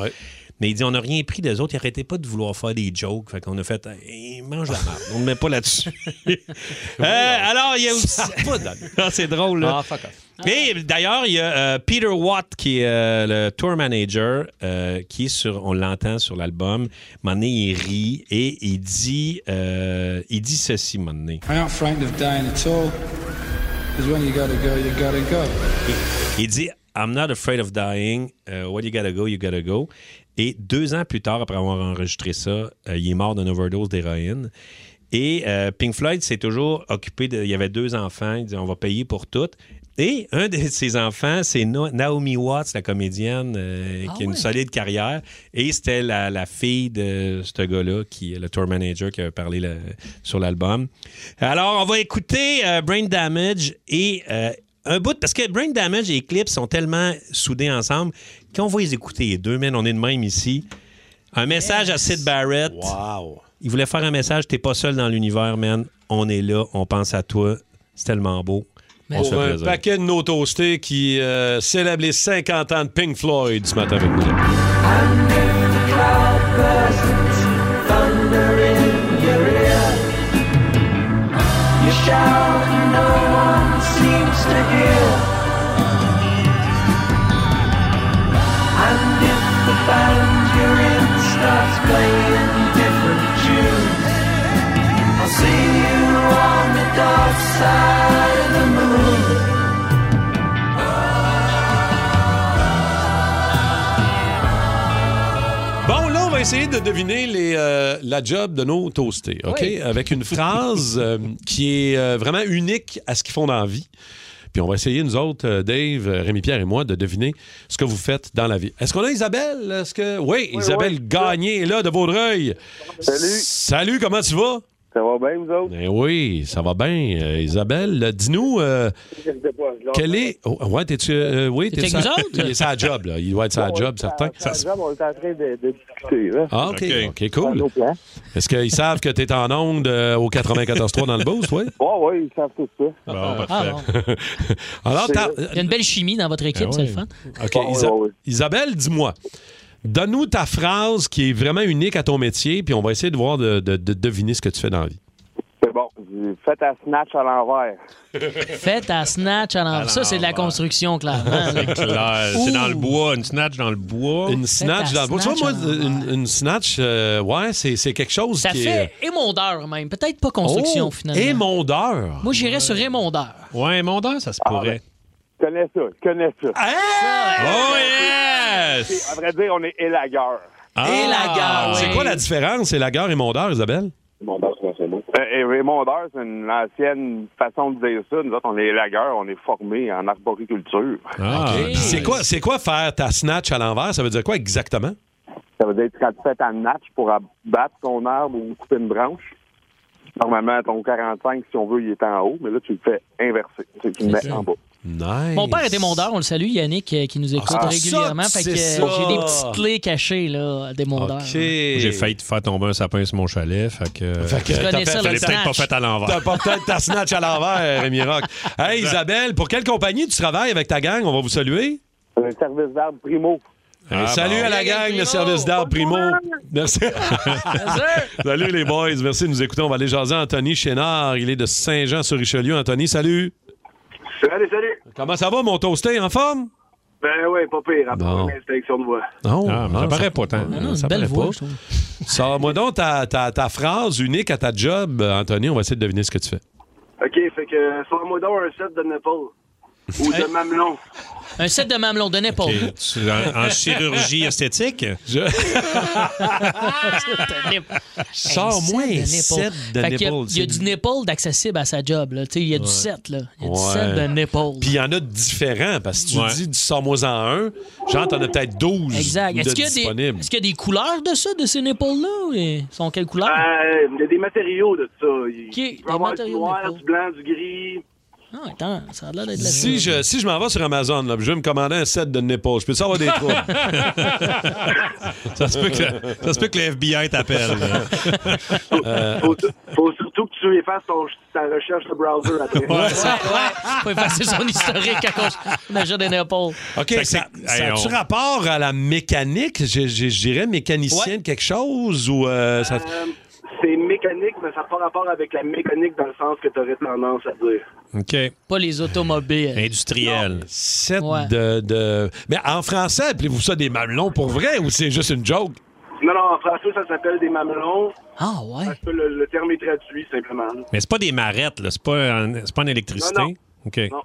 S4: Mais il dit, on n'a rien pris des autres. Ils n'arrêtaient pas de vouloir faire des jokes. Fait qu'on a fait, Hey, mange la merde. On ne met pas là-dessus. Euh, alors, il y a aussi. Ah, c'est drôle, là.
S16: Ah, fuck off.
S4: Mais d'ailleurs, il y a euh, Peter Watt, qui est euh, le tour manager, euh, qui est sur, on l'entend sur l'album. À un moment donné, il rit et il dit, euh, il dit ceci, à un moment donné.
S19: I aren't frightened of dying at all. Because when you gotta go, you gotta go.
S4: Il dit I'm not afraid of dying. Uh, what you gotta go, you gotta go. Et deux ans plus tard, après avoir enregistré ça, euh, il est mort d'une overdose d'héroïne. Et euh, Pink Floyd s'est toujours occupé de. Il y avait deux enfants. Il dit on va payer pour tout. Et un de ses enfants, c'est No- Naomi Watts, la comédienne, euh, qui a une solide carrière. Et c'était la, la fille de ce gars-là, qui est le tour manager qui a parlé le- sur l'album. Alors, on va écouter euh, Brain Damage et euh, un bout, parce que Brain Damage et Eclipse sont tellement soudés ensemble qu'on va les écouter les deux, man. On est de même ici. Un message à Sid Barrett. Wow. Il voulait faire un message t'es pas seul dans l'univers, man. On est là, on pense à toi. C'est tellement beau. on se
S3: Pour
S4: fait
S3: un
S4: plaisir.
S3: paquet de nos toastés qui euh, célèbre les 50 ans de Pink Floyd ce matin avec nous.
S16: Thunder in your ear. You shout and no one seems to hear. And if the band you're in starts playing different tunes, I'll see you on the dark side of the moon.
S3: Bon, là, on va essayer de deviner les, euh, la job de nos toastés, OK?
S16: Oui.
S3: Avec une phrase euh, qui est euh, vraiment unique à ce qu'ils font dans la vie. Puis on va essayer, nous autres, euh, Dave, euh, Rémi-Pierre et moi, de deviner ce que vous faites dans la vie. Est-ce qu'on a Isabelle? Est-ce que... Oui, Isabelle Gagné est là, de Vaudreuil. Salut. Salut, comment tu vas?
S20: Ça va bien, vous autres?
S3: Ben oui, ça va bien. Euh, Isabelle, euh, dis-nous, euh,
S20: Je sais pas, je
S3: quel est... oh, ouais, t'es-tu... euh, oui,
S20: T'es
S3: t'es...
S20: avec
S3: sa-
S20: nous autres?
S3: Il est sa job, là. Il doit être sa job, certain.
S20: Ça, ça, on est en train de, de discuter. Là.
S3: Ah, OK. OK, cool.
S20: Nos plans.
S3: Est-ce qu'ils savent que tu es en onde euh, au 94.3 dans le Beauce, oui?
S20: Ouais, ouais, ils savent tout ça.
S3: Bon,
S5: Ah,
S3: Alors, t'as-
S5: Il y a une belle chimie dans votre équipe,
S3: Ah
S5: c'est
S3: ouais.
S5: le fun.
S3: OK, Isa- Isabelle, dis-moi. Donne-nous ta phrase qui est vraiment unique à ton métier, puis on va essayer de voir de, de- de deviner ce que tu fais dans la vie.
S20: C'est bon. Faites un snatch à l'envers.
S5: Faites à snatch à l'envers. Ça,
S3: Ah,
S5: c'est de la construction, clairement.
S4: C'est clair. C'est dans le
S5: Ouh.
S4: bois, une snatch dans le bois.
S3: Une snatch
S5: Oh, ta
S3: dans le Beauce. Tu vois,
S5: snatch
S3: moi, une, une snatch, euh, ouais, c'est c'est quelque chose
S5: Ça
S3: qui
S5: fait
S3: est.
S5: émondeur, même. Peut-être pas construction,
S3: Oh,
S5: finalement.
S3: Émondeur.
S5: Moi, j'irais sur émondeur.
S4: Ouais, mondeur, ça se
S3: Ah,
S4: pourrait.
S20: Je connais ça, je connais ça.
S4: Oh, yes! Ah.
S20: À vrai dire, on est élagueur.
S3: Et la
S5: Ah
S20: gare,
S3: Ah, C'est
S20: oui.
S3: quoi la différence? C'est la gare et Mondeur, Isabelle?
S20: Mondeur, c'est mot. Euh, Et Raymondeur, c'est une ancienne façon de dire ça. Nous autres, on est élagueurs, on est formés en arboriculture.
S4: Ah.
S3: Puis C'est quoi, c'est quoi faire ta snatch à l'envers? Ça veut dire quoi exactement?
S20: Ça veut dire que quand tu fais ta match pour abattre ton arbre ou couper une branche, normalement, ton 45, si on veut, il est en haut, mais là, tu le fais inverser. Tu le mets en bas.
S3: Nice.
S5: Mon père était mondeur, on le salue, Yannick, euh, qui nous
S3: Ah,
S5: écoute
S4: c'est pour
S5: régulièrement.
S4: ça que
S5: Fait que euh,
S4: c'est ça.
S5: j'ai des petites clés cachées là, des mondeurs.
S4: J'ai failli te faire tomber un sapin sur mon chalet. Fait que.
S3: Fait que
S4: Je
S3: t'as
S4: l'ai
S3: fait- t'as
S4: peut-être pas fait à
S3: T'as
S4: l'envers.
S3: pas peut-être ta snatch à l'envers, Rémi Rock. Hey, Isabelle, pour quelle compagnie tu travailles avec ta gang? On va vous saluer.
S20: Le service d'arbre primo.
S4: Ah,
S3: Hey, salut
S20: bon.
S3: à la gang, le service d'art primo. Merci. salut les boys, merci de nous écouter. On va aller jaser Anthony Chénard. Il est de Saint-Jean-sur-Richelieu. Anthony, salut.
S18: Salut, salut.
S3: Comment ça va, mon toasté? En forme?
S18: Ben oui, pas pire. Après
S3: Bon.
S18: une inspection de voix.
S3: Non,
S4: Ah, mais ça paraît pas tant. Non,
S3: ça
S4: belle
S3: paraît
S4: voix,
S3: pas.
S4: je trouve.
S3: Sors-moi donc ta, ta- ta phrase unique à ta job, Anthony. On va essayer de deviner ce que tu fais.
S18: OK, fait que sors-moi donc un set de nipple. Ou
S5: Hein?
S18: de mamelon.
S5: Un set de mamelons de n'importe
S4: Ok. Tu- en, en chirurgie esthétique?
S3: Sors-moi un set de
S5: Fait qu'il y a-
S3: nipples.
S5: Il y a du nipple d'accessible à sa job. Là. Tu sais, Il y a du
S3: Ouais.
S5: set. Là. Il y a du
S3: Ouais.
S5: set de nipple.
S3: Puis il y en a de différents, parce que si tu
S4: Ouais.
S3: dis du sors-moi en un, genre, t'en as peut-être 12
S5: Exact.
S3: de
S5: Est-ce qu'il y, a des-
S3: disponibles.
S5: est-ce qu'il y a des couleurs de ça, de ces nipples-là? ou Ils sont quelles couleurs?
S18: Euh, Il y a des matériaux de ça. Il
S5: Ok,
S18: peut
S5: des
S18: avoir du
S5: matériaux de
S18: noir,
S5: nipple.
S18: du blanc, du gris.
S5: Ah, attends, ça a l'air d'être la
S3: Si je, si je m'en vais sur Amazon, là, puis je vais me commander un set de nipples. Je peux savoir des trous.
S4: Ça se peut que- ça se peut que le FBI t'appelle.
S5: Euh.
S18: Faut, faut surtout que tu effaces ton, ta recherche de browser après.
S5: Ouais, ça- ouais. Faut effacer son historique à cause on a déjà des nipples.
S3: OK,
S5: Fait que
S3: ça,
S5: c'est-
S3: ça
S5: Hey,
S3: a-tu
S5: on-
S3: rapport à la mécanique? Je, je- je dirais mécanicienne quelque chose ou... euh, ça-
S18: Euh, c'est mécanique, mais ça n'a pas rapport avec la mécanique dans le sens que tu aurais tendance à dire.
S4: OK.
S5: Pas les automobiles.
S4: Industriel.
S3: Set
S5: Ouais.
S3: de, de- Mais en français, appelez-vous ça des mamelons pour vrai ou c'est juste une joke?
S18: Non, non, en français, ça s'appelle des mamelons.
S5: Ah, ouais.
S18: Parce que le, le terme est traduit, simplement.
S4: Mais c'est pas des marettes, là. C'est pas en, c'est pas en électricité.
S18: Non, non.
S4: OK.
S18: Non.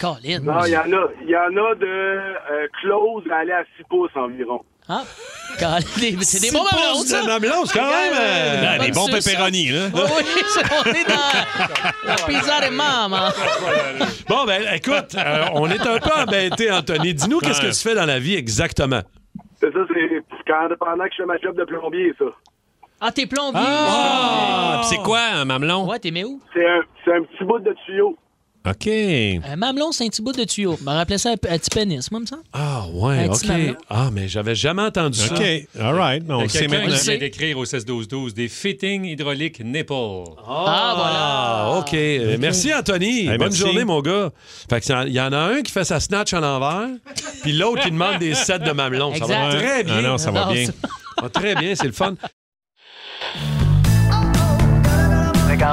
S5: Colin.
S18: Non, il y en a. Il y en a de euh, close à aller à 6 pouces environ.
S5: Ah, Colin, mais c'est des
S18: Six
S5: bons
S18: pouces
S5: mamelons,
S18: de
S5: ça.
S18: mamelons, c'est quand même, euh,
S5: Regarde,
S4: Ah, des
S5: bonne
S4: bons
S5: sauce, ça.
S4: pepperoni, là.
S5: Oui, oui, c'est- on est dans la pizza des hein. mamans.
S3: Bon, ben écoute, euh, on est un peu embêté, Anthony. Dis-nous qu'est-ce que
S18: Ouais.
S3: tu fais dans la vie exactement.
S18: C'est ça, c'est quand pendant que je fais ma job de plombier, ça.
S5: Ah, t'es plombier.
S4: Ah, puis c'est quoi un mamelon?
S5: Ouais, t'es mais où?
S18: C'est un, c'est un petit bout de tuyau.
S4: OK.
S5: Un Euh, mamelon, c'est un petit bout de tuyau. Je me rappelais ça un p- un petit pénis, moi, me semble.
S3: Ah, ouais,
S5: Un petit
S3: OK.
S5: mamelon.
S3: Ah, mais j'avais jamais entendu ça.
S4: OK, all right.
S8: Il y a quelqu'un
S3: maintenant.
S8: qui vient d'écrire au 16-12-12 des fittings hydrauliques nipple.
S5: Ah,
S3: Ah, OK. Euh, Merci, Anthony. Bonne
S8: merci.
S3: journée, mon gars. Fait que c'est- il y en a un qui fait sa snatch à l'envers, puis l'autre qui demande des sets de mamelons. Ça va
S4: Exact.
S3: très bien.
S4: Ah non, ça va Non, bien. ça-
S3: Ça va très bien, c'est le fun.
S7: OK,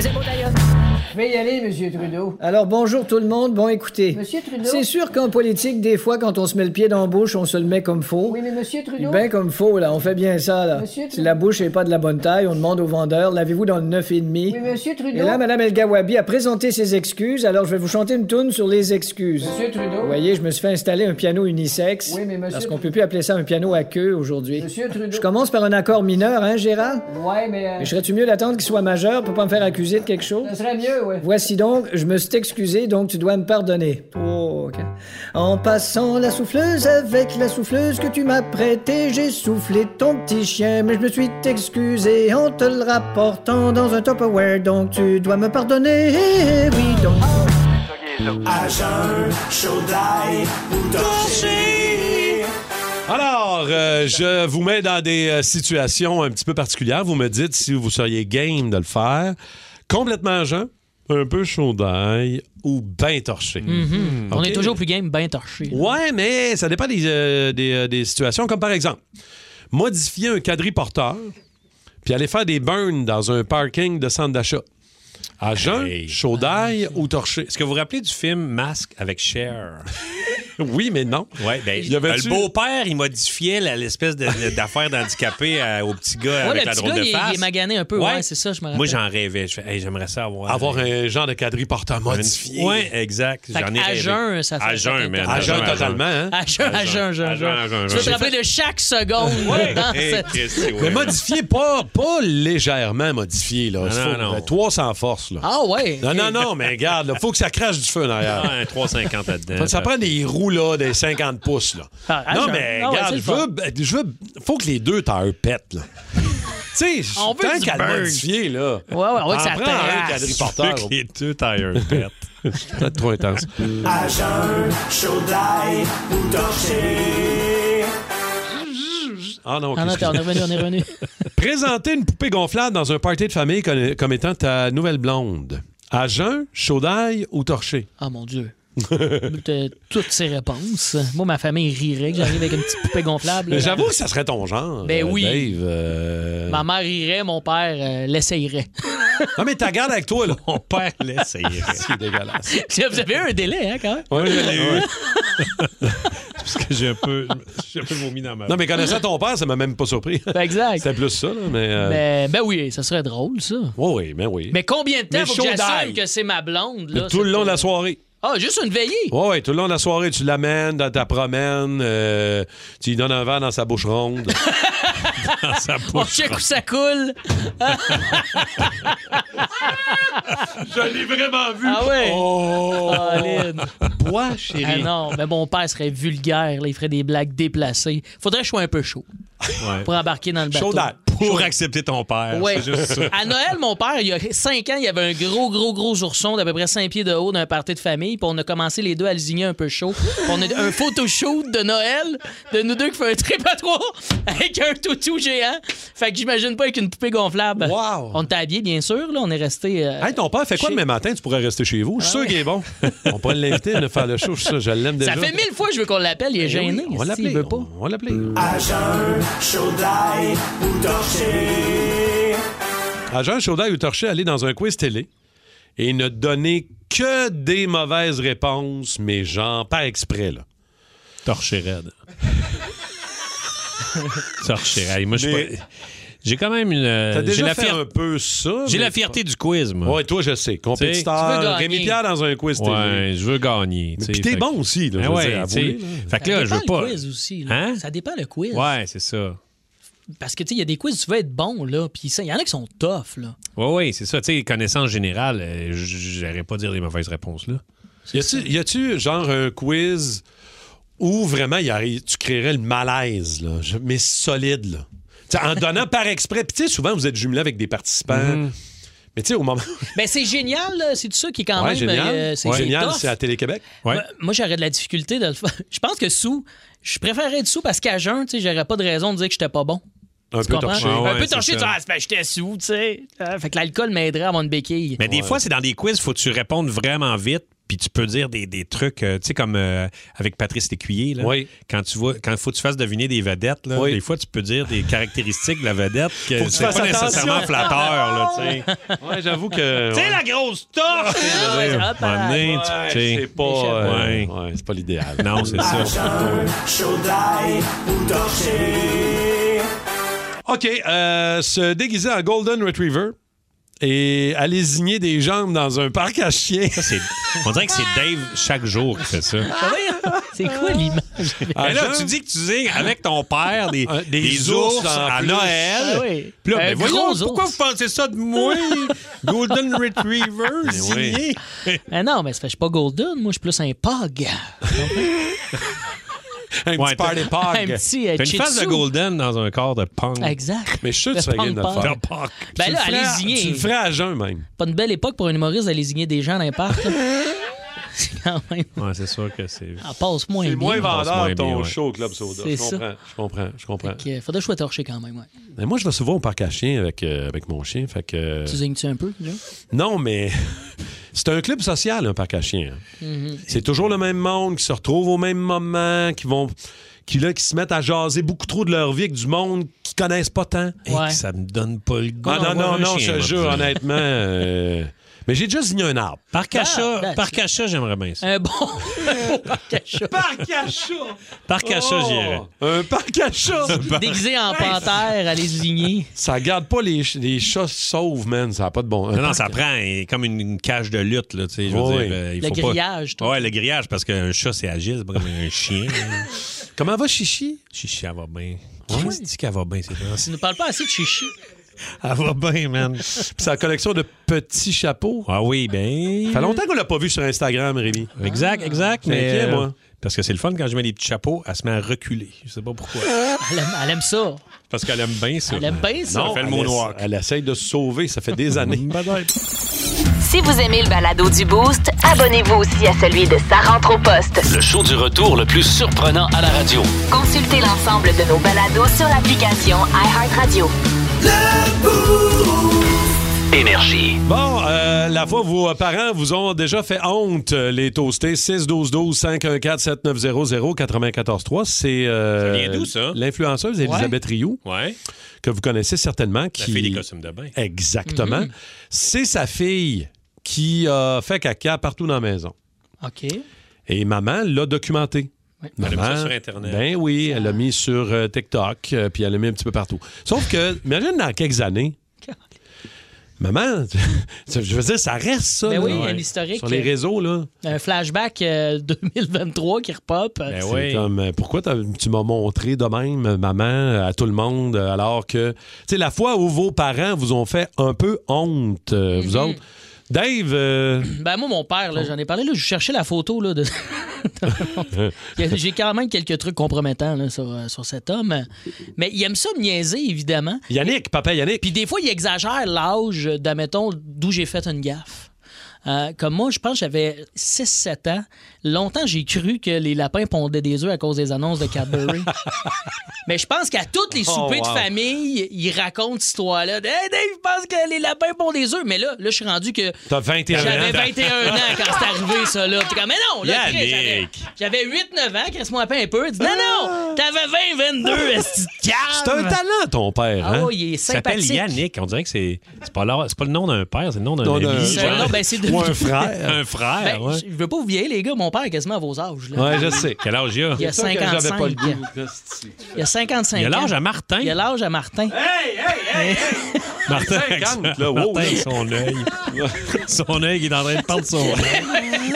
S7: c'est bon, d'ailleurs.
S6: Je vais y aller, Monsieur Trudeau. Alors bonjour tout le monde, bon écoutez.
S7: Monsieur Trudeau.
S6: C'est sûr qu'en politique, des fois, quand on se met le pied dans la bouche, on se le met comme faux.
S7: Oui, mais Monsieur Trudeau.
S6: Ben comme faux, là, on fait bien ça, là.
S7: Monsieur Trudeau.
S6: Si la bouche n'est pas de la bonne taille, on demande au vendeur, l'avez-vous dans le 9,5?
S7: Oui, Monsieur Trudeau.
S6: Et là, Mme El-Gawabi a présenté ses excuses, alors je vais vous chanter une toune sur les excuses.
S7: Monsieur Trudeau.
S6: Vous voyez, je me suis fait installer un piano unisexe.
S7: Oui, mais monsieur
S6: Parce qu'on
S7: Trudeau.
S6: peut plus appeler ça un piano à queue aujourd'hui.
S7: Monsieur Trudeau.
S6: Je commence par un accord mineur, hein, Gérard?
S7: Ouais, mais. euh,
S6: Mais serais-tu mieux d'attendre qu'il soit majeur pour pas me faire accuser de quelque chose?
S7: Ce serait mieux, ouais.
S6: Voici donc, je me suis excusé, donc tu dois me pardonner. Oh, ok. En passant la souffleuse avec la souffleuse que tu m'as prêtée, j'ai soufflé ton petit chien, mais je me suis excusé en te le rapportant dans un Tupperware, donc tu dois me pardonner. Eh, Oui, donc.
S16: À jeun, chaud d'ail ou torché.
S3: Alors, euh, je vous mets dans des euh, situations un petit peu particulières. Vous me dites si vous seriez game de le faire. Complètement jeun, un peu chaud d'ail ou bien torché.
S5: Mhm. On
S3: OK?
S5: est toujours plus game, bien torché.
S3: Ouais, mais ça dépend des, euh, des, euh, des situations. Comme par exemple, modifier un quadriporteur puis aller faire des burns dans un parking de centre d'achat. À jeun, chaud d'ail ou torché.
S4: Est-ce que vous vous rappelez du film Masque avec Cher?
S3: oui, mais non.
S4: Ouais, ben,
S3: Il y avait-tu-
S4: le beau-père, il modifiait la- l'espèce de- d'affaire d'handicapé à- au petit gars
S5: Ouais,
S4: avec
S5: le
S4: la
S5: petit
S4: drôle
S5: gars,
S4: de
S5: il est-
S4: face.
S5: il est magané un peu, ouais, c'est ça, je me
S4: Moi,
S5: rappelle.
S4: j'en rêvais. Je fais, hey, j'aimerais ça avoir.
S3: Avoir un genre de quadriporteur modifié.
S4: Oui, exact.
S5: Fait
S4: J'en ai
S5: qu'à
S4: rêvé.
S5: jeun, ça fait-
S4: À jeun, man.
S3: À jeun totalement, hein?
S5: À jeun, à jeun, à jeun, à jeun.
S3: ah,
S4: à jeun, à
S5: Tu veux te
S4: jeun.
S5: rappeler de chaque seconde
S4: Ouais.
S5: dans
S4: Hey,
S5: cette-
S4: Christy, ouais.
S3: Mais modifié, pas, pas légèrement modifié. Là.
S4: Non,
S3: Faut-
S4: non, non.
S3: 300 forces. Là.
S5: Ah ouais?
S3: Non, non, non, mais regarde, il faut que ça crache du feu en arrière.
S4: Ah, un 3,50 là-dedans.
S3: Ça prend des roues, là, des 50 pouces, là.
S4: Ah,
S3: non,
S4: je-
S3: mais
S4: ah ouais,
S3: regarde,
S4: c'est le
S3: je veux, je veux... Faut que les deux tailleurs pètent, là. tu sais, je-
S5: On veut
S3: tant
S5: du
S3: qu'à le
S5: burn.
S3: modifier, là...
S5: Ouais, ouais, on veut que
S3: en
S5: ça
S3: prends
S5: trace.
S3: un quadriporteur.
S4: Faut que les deux tailleurs pètent.
S3: C'est peut-être trop intense.
S16: À jeun, chaud d'ail ou torché.
S3: Ah non, ok,
S5: Ah non,
S3: excuse-moi.
S5: on est revenu, on est revenu.
S3: Présenter une poupée gonflable dans un party de famille conna- comme étant ta nouvelle blonde. À jeun, chaud d'ail ou torché?
S5: Ah mon Dieu. T'as Toutes ces réponses. Moi, ma famille rirait que j'arrive avec une petite poupée gonflable. là.
S3: J'avoue que ça serait ton genre.
S5: Ben
S3: euh,
S5: oui.
S3: Dave, euh.
S5: Ma mère rirait, mon père euh, l'essayerait.
S3: Non, mais t'as garde avec toi, là.
S4: Mon père l'essayerait.
S3: C'est dégueulasse.
S5: Vous avez eu un délai, hein, quand même?
S3: Oui, je l'ai eu.
S4: Parce que j'ai un peu, j'ai un peu vomi dans ma.
S3: Non, mais connaissant ton père, ça m'a même pas surpris.
S5: exact.
S3: C'était plus ça, là, mais. euh,
S5: Mais, ben oui, ça serait drôle, ça.
S3: Oui, oui, mais oui.
S5: Mais combien de temps
S3: Mais
S5: faut
S3: chaud
S5: que j'assume
S3: d'ail.
S5: que c'est ma blonde? Là,
S3: tout le
S5: c'est-
S3: long de la soirée.
S5: Ah, juste une veillée?
S3: Oui, oui, tout le long de la soirée, tu l'amènes dans ta promène, euh, tu lui donnes un verre dans sa bouche ronde. dans sa
S5: On check où ça coule.
S4: Je l'ai vraiment vu.
S5: Ah ouais?
S4: Oh!
S5: Aline.
S4: Bois, chérie.
S5: Ah non, mais mon père serait vulgaire. là, il ferait des blagues déplacées. Faudrait que je sois un peu chaud
S4: Ouais.
S5: pour embarquer dans le bateau.
S4: Chaud d'ail. Pour accepter ton père.
S5: Ouais.
S4: C'est juste ça.
S5: À Noël, mon père, il y a cinq ans, il y avait un gros, gros, gros ourson d'à peu près 5 pieds de haut d'un party de famille. Puis on a commencé les deux à le zigner un peu chaud. Puis on a un photoshoot de Noël de nous deux qui fait un trip à trois avec un toutou géant. Fait que j'imagine pas avec une poupée gonflable.
S3: Wow.
S5: On t'a habillés, bien sûr. Là, on est euh, resté.
S3: Hey, ton père fait quoi demain matin? Tu pourrais rester chez vous.
S5: Ah
S3: Je suis sûr qu'il est bon. On pourrait l'inviter à venir faire le show. Je suis sûr, je l'aime déjà.
S5: Ça fait mille fois que je veux qu'on l'appelle. Il est
S3: Eh
S4: Ben
S3: oui,
S5: gêné.
S3: on va
S5: si,
S3: l'appeler,
S5: il veut pas.
S3: On va l'appeler.
S16: À jeun, chaud d'ail ou torché.
S3: Agent Chaudin ou Torché aller dans un quiz télé et ne donner que des mauvaises réponses, mais genre pas exprès, là.
S4: Torché raide. Torché raide. Moi, je suis
S3: Mais-
S4: pas- J'ai quand même une. euh,
S3: T'as
S4: j'ai
S3: déjà
S4: la
S3: fait
S4: fier-
S3: un peu ça.
S4: J'ai
S3: mais-
S4: la fierté du quiz, moi.
S3: Ouais, toi, je sais.
S4: Tu sais, tu veux
S3: Compétiteur.
S4: gagner.
S3: Rémi Pierre dans un quiz télé.
S4: Ouais, je veux gagner. tu sais,
S3: puis t'es
S4: fait-
S3: bon aussi, là,
S4: Ah
S3: je veux
S4: ouais,
S3: dire,
S4: tu sais.
S3: avouez, là.
S4: Fait que
S5: Ça
S4: là, je
S5: dépend
S4: veux pas.
S5: le quiz aussi. là.
S4: Hein?
S5: Ça dépend le quiz.
S4: Ouais, c'est ça.
S5: Parce que, tu sais, il y a des quiz, tu veux être bon, là. Puis ça, il y en a qui sont tough, là.
S4: Oui, oui, c'est ça. Tu sais, connaissance générale, euh, j- j'aurais pas dire les mauvaises réponses, là.
S3: Y a-tu- Y a-tu genre un quiz où vraiment y a- tu créerais le malaise, là, je- mais solide, là? T'sais, en donnant par exprès. Puis tu sais, souvent, vous êtes jumelé avec des participants. Mais tu sais, au moment.
S5: Ben, c'est génial, là. C'est tout ça qui est quand
S3: Ouais,
S5: même.
S3: génial.
S5: euh, c'est
S3: Ouais.
S5: c'est
S3: Génial,
S5: tough.
S3: c'est à Télé-Québec.
S5: Moi- Moi, j'aurais de la difficulté de le faire. Je pense que sous, je préférerais être sous parce qu'à jeun, tu sais, j'aurais pas de raison de dire que j'étais pas bon.
S3: Un
S5: Tu
S3: peu
S5: comprends?
S3: torché.
S5: un peu torché, tu dis, ah, c'est parce que j'étais sous, tu sais. Ah, Fait que l'alcool m'aiderait à avoir une béquille.
S4: Mais des fois, c'est dans des quiz, faut que tu répondes vraiment vite. Puis tu peux dire des, des trucs, euh, tu sais, comme euh, avec Patrice Lécuyer, là,
S3: Oui.
S4: quand tu vois, quand faut que tu fasses deviner des vedettes, là,
S3: Oui.
S4: des fois, tu peux dire des caractéristiques de la vedette
S3: Faut
S4: que
S3: que tu
S4: c'est pas
S3: fasses attention.
S4: nécessairement flatteur, là, tu sais.
S3: Ouais, j'avoue que.
S4: Tu sais, la grosse torche!
S3: Ouais,
S4: Un moment donné, tu-
S3: ouais,
S4: tu sais.
S3: c'est pas, euh,
S4: Ouais.
S3: ouais, c'est pas l'idéal.
S4: Non, c'est
S16: À
S4: ça.
S16: jeun, chaud d'ail ou torché.
S3: OK, euh, se déguiser en Golden Retriever et aller zigner des jambes dans un parc à chiens.
S4: On dirait que c'est Dave chaque jour qui fait ça.
S5: Ah, C'est quoi l'image?
S4: Mais là, tu dis que tu zignes avec ton père des, des,
S3: Ah, des
S4: ours,
S3: ours en
S4: à
S3: plus. Euh,
S4: Noël.
S5: Ah oui.
S4: Puis là,
S5: Un
S4: ben voyons,
S5: gros ours.
S4: pourquoi vous pensez ça de moi? Golden Retriever, signé.
S5: Mais Ah, non, mais c'est parce que je suis pas golden. Moi, je suis plus un pug.
S3: Un petit
S4: Ouais, t'as-
S3: party park.
S5: Un petit, euh,
S4: T'as une
S5: Shih
S4: face de
S5: Tzu.
S4: golden dans un corps de punk.
S5: Exact.
S3: Mais je suis sûr que
S5: Le
S3: tu serais game de le
S5: punk
S3: faire.
S5: punk. Ben
S3: Tu
S5: là,
S3: le ferais-
S5: allez
S3: Tu le
S5: zigner.
S3: ferais à jeun, même.
S5: Pas une belle époque pour un humoriste d'aller zigner des gens dans un parc. là. c'est quand même.
S4: Ouais, c'est sûr que c'est...
S5: Ça Ah, passe moins
S3: C'est
S5: bien.
S3: moins vendeur
S4: moins
S3: ton
S4: bien, ouais.
S3: show Club Soda.
S5: C'est
S3: Je
S5: ça.
S3: comprends, je comprends, je comprends.
S5: Fait que, euh, faudrait que je sois torché quand même, ouais.
S3: Mais moi, je vais souvent au parc à chiens avec, euh, avec mon chien. Fait que, euh,
S5: Tu zignes-tu un peu, déjà?
S3: non, mais c'est un club social, un parc à chiens. hein.
S5: Mm-hmm.
S3: C'est toujours le même monde qui se retrouve au même moment, qui vont qui, là, qui se mettent à jaser beaucoup trop de leur vie avec du monde qu'ils connaissent pas tant.
S4: Et que ça me donne pas le goût.
S3: Ah, non, non,
S4: d'avoir un
S3: non, je te
S4: chien, moi,
S3: jure,
S4: tu sais.
S3: honnêtement. euh, Mais j'ai déjà signé un arbre.
S4: Par
S5: Ah,
S4: cachat,
S5: ben,
S4: par cachat, j'aimerais bien ça.
S5: Un Euh, bon, un bon parc à chat.
S4: Par
S3: Oh!
S4: cachat, j'irais.
S3: Un parc à chats!
S5: Déguisé en panthère, allez zigner.
S3: ça garde pas les, ch- les chats sauves, man. Ça n'a pas de bon. un
S4: Non, non,
S3: parc-
S4: ça prend euh, comme une, une cage de lutte, là, tu sais, je veux
S3: Oui.
S4: dire, euh, il
S5: Le
S4: faut pas-
S5: grillage, toi.
S4: Ouais, le grillage, parce qu'un chat, c'est agile, c'est pas comme un chien. là.
S3: Comment va Chichi?
S4: Chichi, elle va bien. Qu'est-ce dit qu'elle va bien, c'est vrai?
S5: Tu ne parles pas assez de chichi.
S4: Elle va bien, man.
S3: Puis sa collection de petits chapeaux.
S4: Ah oui, ben.
S3: Ça fait longtemps qu'on l'a pas vu sur Instagram, Rémi.
S4: Exact, exact.
S3: T'es
S4: Mais euh,
S3: inquiet, moi.
S4: Parce que c'est le fun quand je mets des petits chapeaux, elle se met à reculer. Je sais pas pourquoi.
S5: Elle aime, elle aime ça.
S4: Parce qu'elle aime bien ça.
S5: Elle aime bien ça.
S4: Non, fait le
S3: elle
S4: mot
S3: essa-
S4: noir.
S3: Elle essaye de se sauver, ça fait des années.
S4: Peut-être.
S1: Si vous aimez le balado du Boost, abonnez-vous aussi à celui de Sa rentre au poste.
S21: Le show du retour le plus surprenant à la radio.
S1: Consultez l'ensemble de nos balados sur l'application iHeartRadio.
S21: Énergie.
S3: Bon, euh, la fois vos parents vous ont déjà fait honte, euh, les toastés. 612-12-514-7900-943. C'est. euh,
S4: Ça vient d'où, ça?
S3: L'influenceuse Elisabeth Rioux, que vous connaissez certainement. Qui...
S4: fille des costumes de bain.
S3: Exactement.
S4: Mhm.
S3: C'est sa fille qui a fait caca partout dans la maison.
S5: OK.
S3: Et maman l'a documenté.
S4: Elle a mis ça sur Internet.
S3: Ben
S5: Ah.
S3: oui, elle l'a mis sur euh, TikTok, euh, puis elle l'a mis un petit peu partout. Sauf que, imagine dans quelques années, maman, je veux dire, ça reste ça.
S5: Ben
S3: là.
S5: oui, un historique.
S3: Sur les réseaux, là.
S5: Un flashback euh, 2023 qui repop.
S4: Ben
S3: C'est comme, euh, pourquoi t'as- tu m'as montré de même, euh, maman, euh, à tout le monde, euh, alors que, tu sais, la fois où vos parents vous ont fait un peu honte, euh, vous
S5: Mhm.
S3: autres. Dave, euh,
S5: Ben moi, mon père, là, j'en ai parlé, là, je cherchais la photo. Là, de... Il y a- J'ai quand même quelques trucs compromettants là, sur, euh, sur cet homme. Mais il aime ça me niaiser, évidemment.
S3: Yannick, papa Yannick.
S5: Puis des fois, il exagère l'âge, d'admettons, d'où j'ai fait une gaffe. Euh, comme moi, je pense que j'avais 6-7 ans. Longtemps, j'ai cru que les lapins pondaient des œufs à cause des annonces de Cadbury. Mais je pense qu'à tous les
S16: Oh,
S5: soupers
S16: wow.
S5: de famille, ils racontent cette histoire-là. Hey, Dave, je pense que les lapins pondent des œufs. Mais là, là je suis rendu que
S3: t'as 21 ans.
S5: j'avais 21 ans quand c'est arrivé, ça, là. Puis comme, mais non, là, Chris, j'avais-
S3: Yannick.
S5: j'avais 8-9 ans, Chris-moi un peu. Dis, non, non, t'avais 20-22, est-ce que tu te calmes?
S3: C'est un talent, ton père.
S5: Ah
S3: hein?
S5: oui, il est
S4: s'appelle
S5: sympathique.
S4: Yannick. On dirait que c'est c'est pas, leur- c'est pas le nom d'un père, c'est le nom d'un
S3: Non,
S4: ami.
S3: d'un-
S4: genre.
S5: Non, ben, c'est de-
S4: Ou un frère. un frère,
S5: Ben,
S4: ouais.
S5: Je je veux pas vous vieillir, les gars. Mon père est quasiment à vos âges. Là.
S4: Ouais, je sais. Quel âge il a?
S5: Il y a
S4: C'est sûr que j'avais
S5: 55.
S4: pas le goût.
S5: Il y a 55 ans.
S4: Il y a l'âge à Martin.
S5: Il y a l'âge à
S4: Eh,
S5: Martin. Hey, hey, hey!
S4: Martin, avec
S5: 50,
S4: son-
S5: là, wow,
S4: Martin
S5: là.
S4: avec son œil. son œil, il est en train de perdre son œil.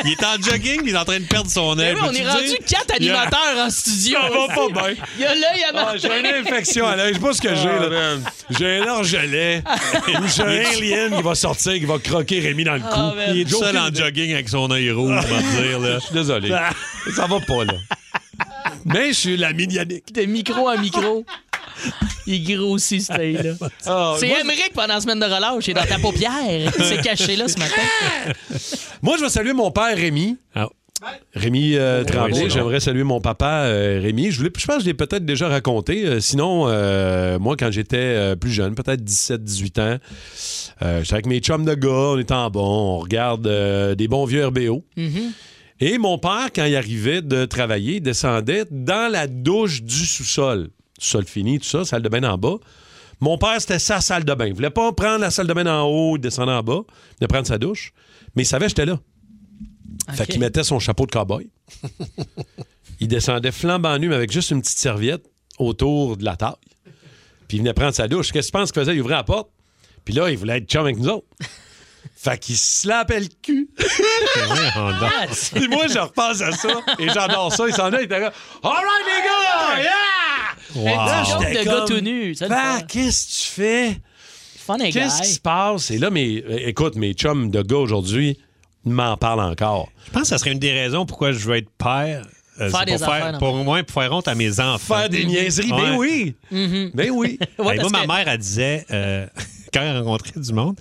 S4: Il est en jogging, puis il est en train de perdre son œil.
S5: Mais oui, on est
S4: Peux-tu
S5: rendu
S4: dire?
S5: quatre
S4: Il y a-
S5: animateurs en studio.
S4: Ça va pas bien. Ah,
S5: Il y a l'œil à Martin.
S3: Ah, J'ai une infection à l'œil. Je sais pas ce que j'ai. là. J'ai un orgelet. ou j'ai un alien qui va sortir, qui va croquer Rémi dans le cou.
S4: Ah, man. Il est tout seul en
S3: jogging avec son œil rouge,
S4: on va dire, là.
S3: Je suis désolé. Ça va pas, là. Mais je suis l'ami de Yannick.
S5: De micro à micro. Il grossit, ce œil-là.
S4: Ah,
S5: c'est
S3: moi,
S5: Émeric pendant la semaine de relâche. Il est dans ta paupière. Il s'est caché là ce matin.
S3: Moi, je vais saluer mon père Rémi. Rémi euh, Tremblay,
S4: Ah. oui, c'est
S3: j'aimerais saluer mon papa euh, Rémi. Je, voulais, je pense que je l'ai peut-être déjà raconté. Euh, sinon, euh, moi, quand j'étais euh, plus jeune, peut-être 17-18 ans, euh, j'étais avec mes chums de gars, on est en bon, on regarde euh, des bons vieux RBO. Et mon père, quand il arrivait de travailler, il descendait dans la douche du sous-sol. Sous-sol fini, tout ça, salle de bain en bas. Mon père, c'était sa salle de bain. Il voulait pas prendre la salle de bain en haut, descendre en bas, de prendre sa douche. Mais il savait que j'étais là. Fait qu'il mettait son chapeau de cow-boy. il descendait flambant nu, mais avec juste une petite serviette autour de la taille. Puis il venait prendre sa douche. Qu'est-ce que tu penses qu'il faisait? Il ouvrait la porte. Puis là, il voulait être chum avec nous autres. Fait qu'il slappait le cul. Puis moi, je repense à ça. Et j'adore ça. Il s'en allait, il était là. All right, les gars! Yeah!
S5: Un petit
S3: Wow.
S5: joke de
S3: Ah, J'étais
S5: gars
S3: comme,
S5: tout nu. ça, le
S3: Ben,
S5: fun.
S3: qu'est-ce que tu fais?
S5: Fun et
S3: Qu'est-ce
S5: guy.
S3: qui se passe? Et là, mes, euh, écoute, mes chums de gars aujourd'hui m'en parlent encore.
S4: Je pense que ça serait une des raisons pourquoi je veux être père. Euh,
S5: Faire
S4: c'est
S5: des
S4: pour,
S5: affaires, non?
S4: pour moi, pour faire honte à mes enfants.
S3: Faire des niaiseries, ben oui. Ben oui.
S5: Ouais,
S4: Hey, moi,
S5: parce que-
S4: ma mère, elle disait, euh, quand elle rencontrait du monde,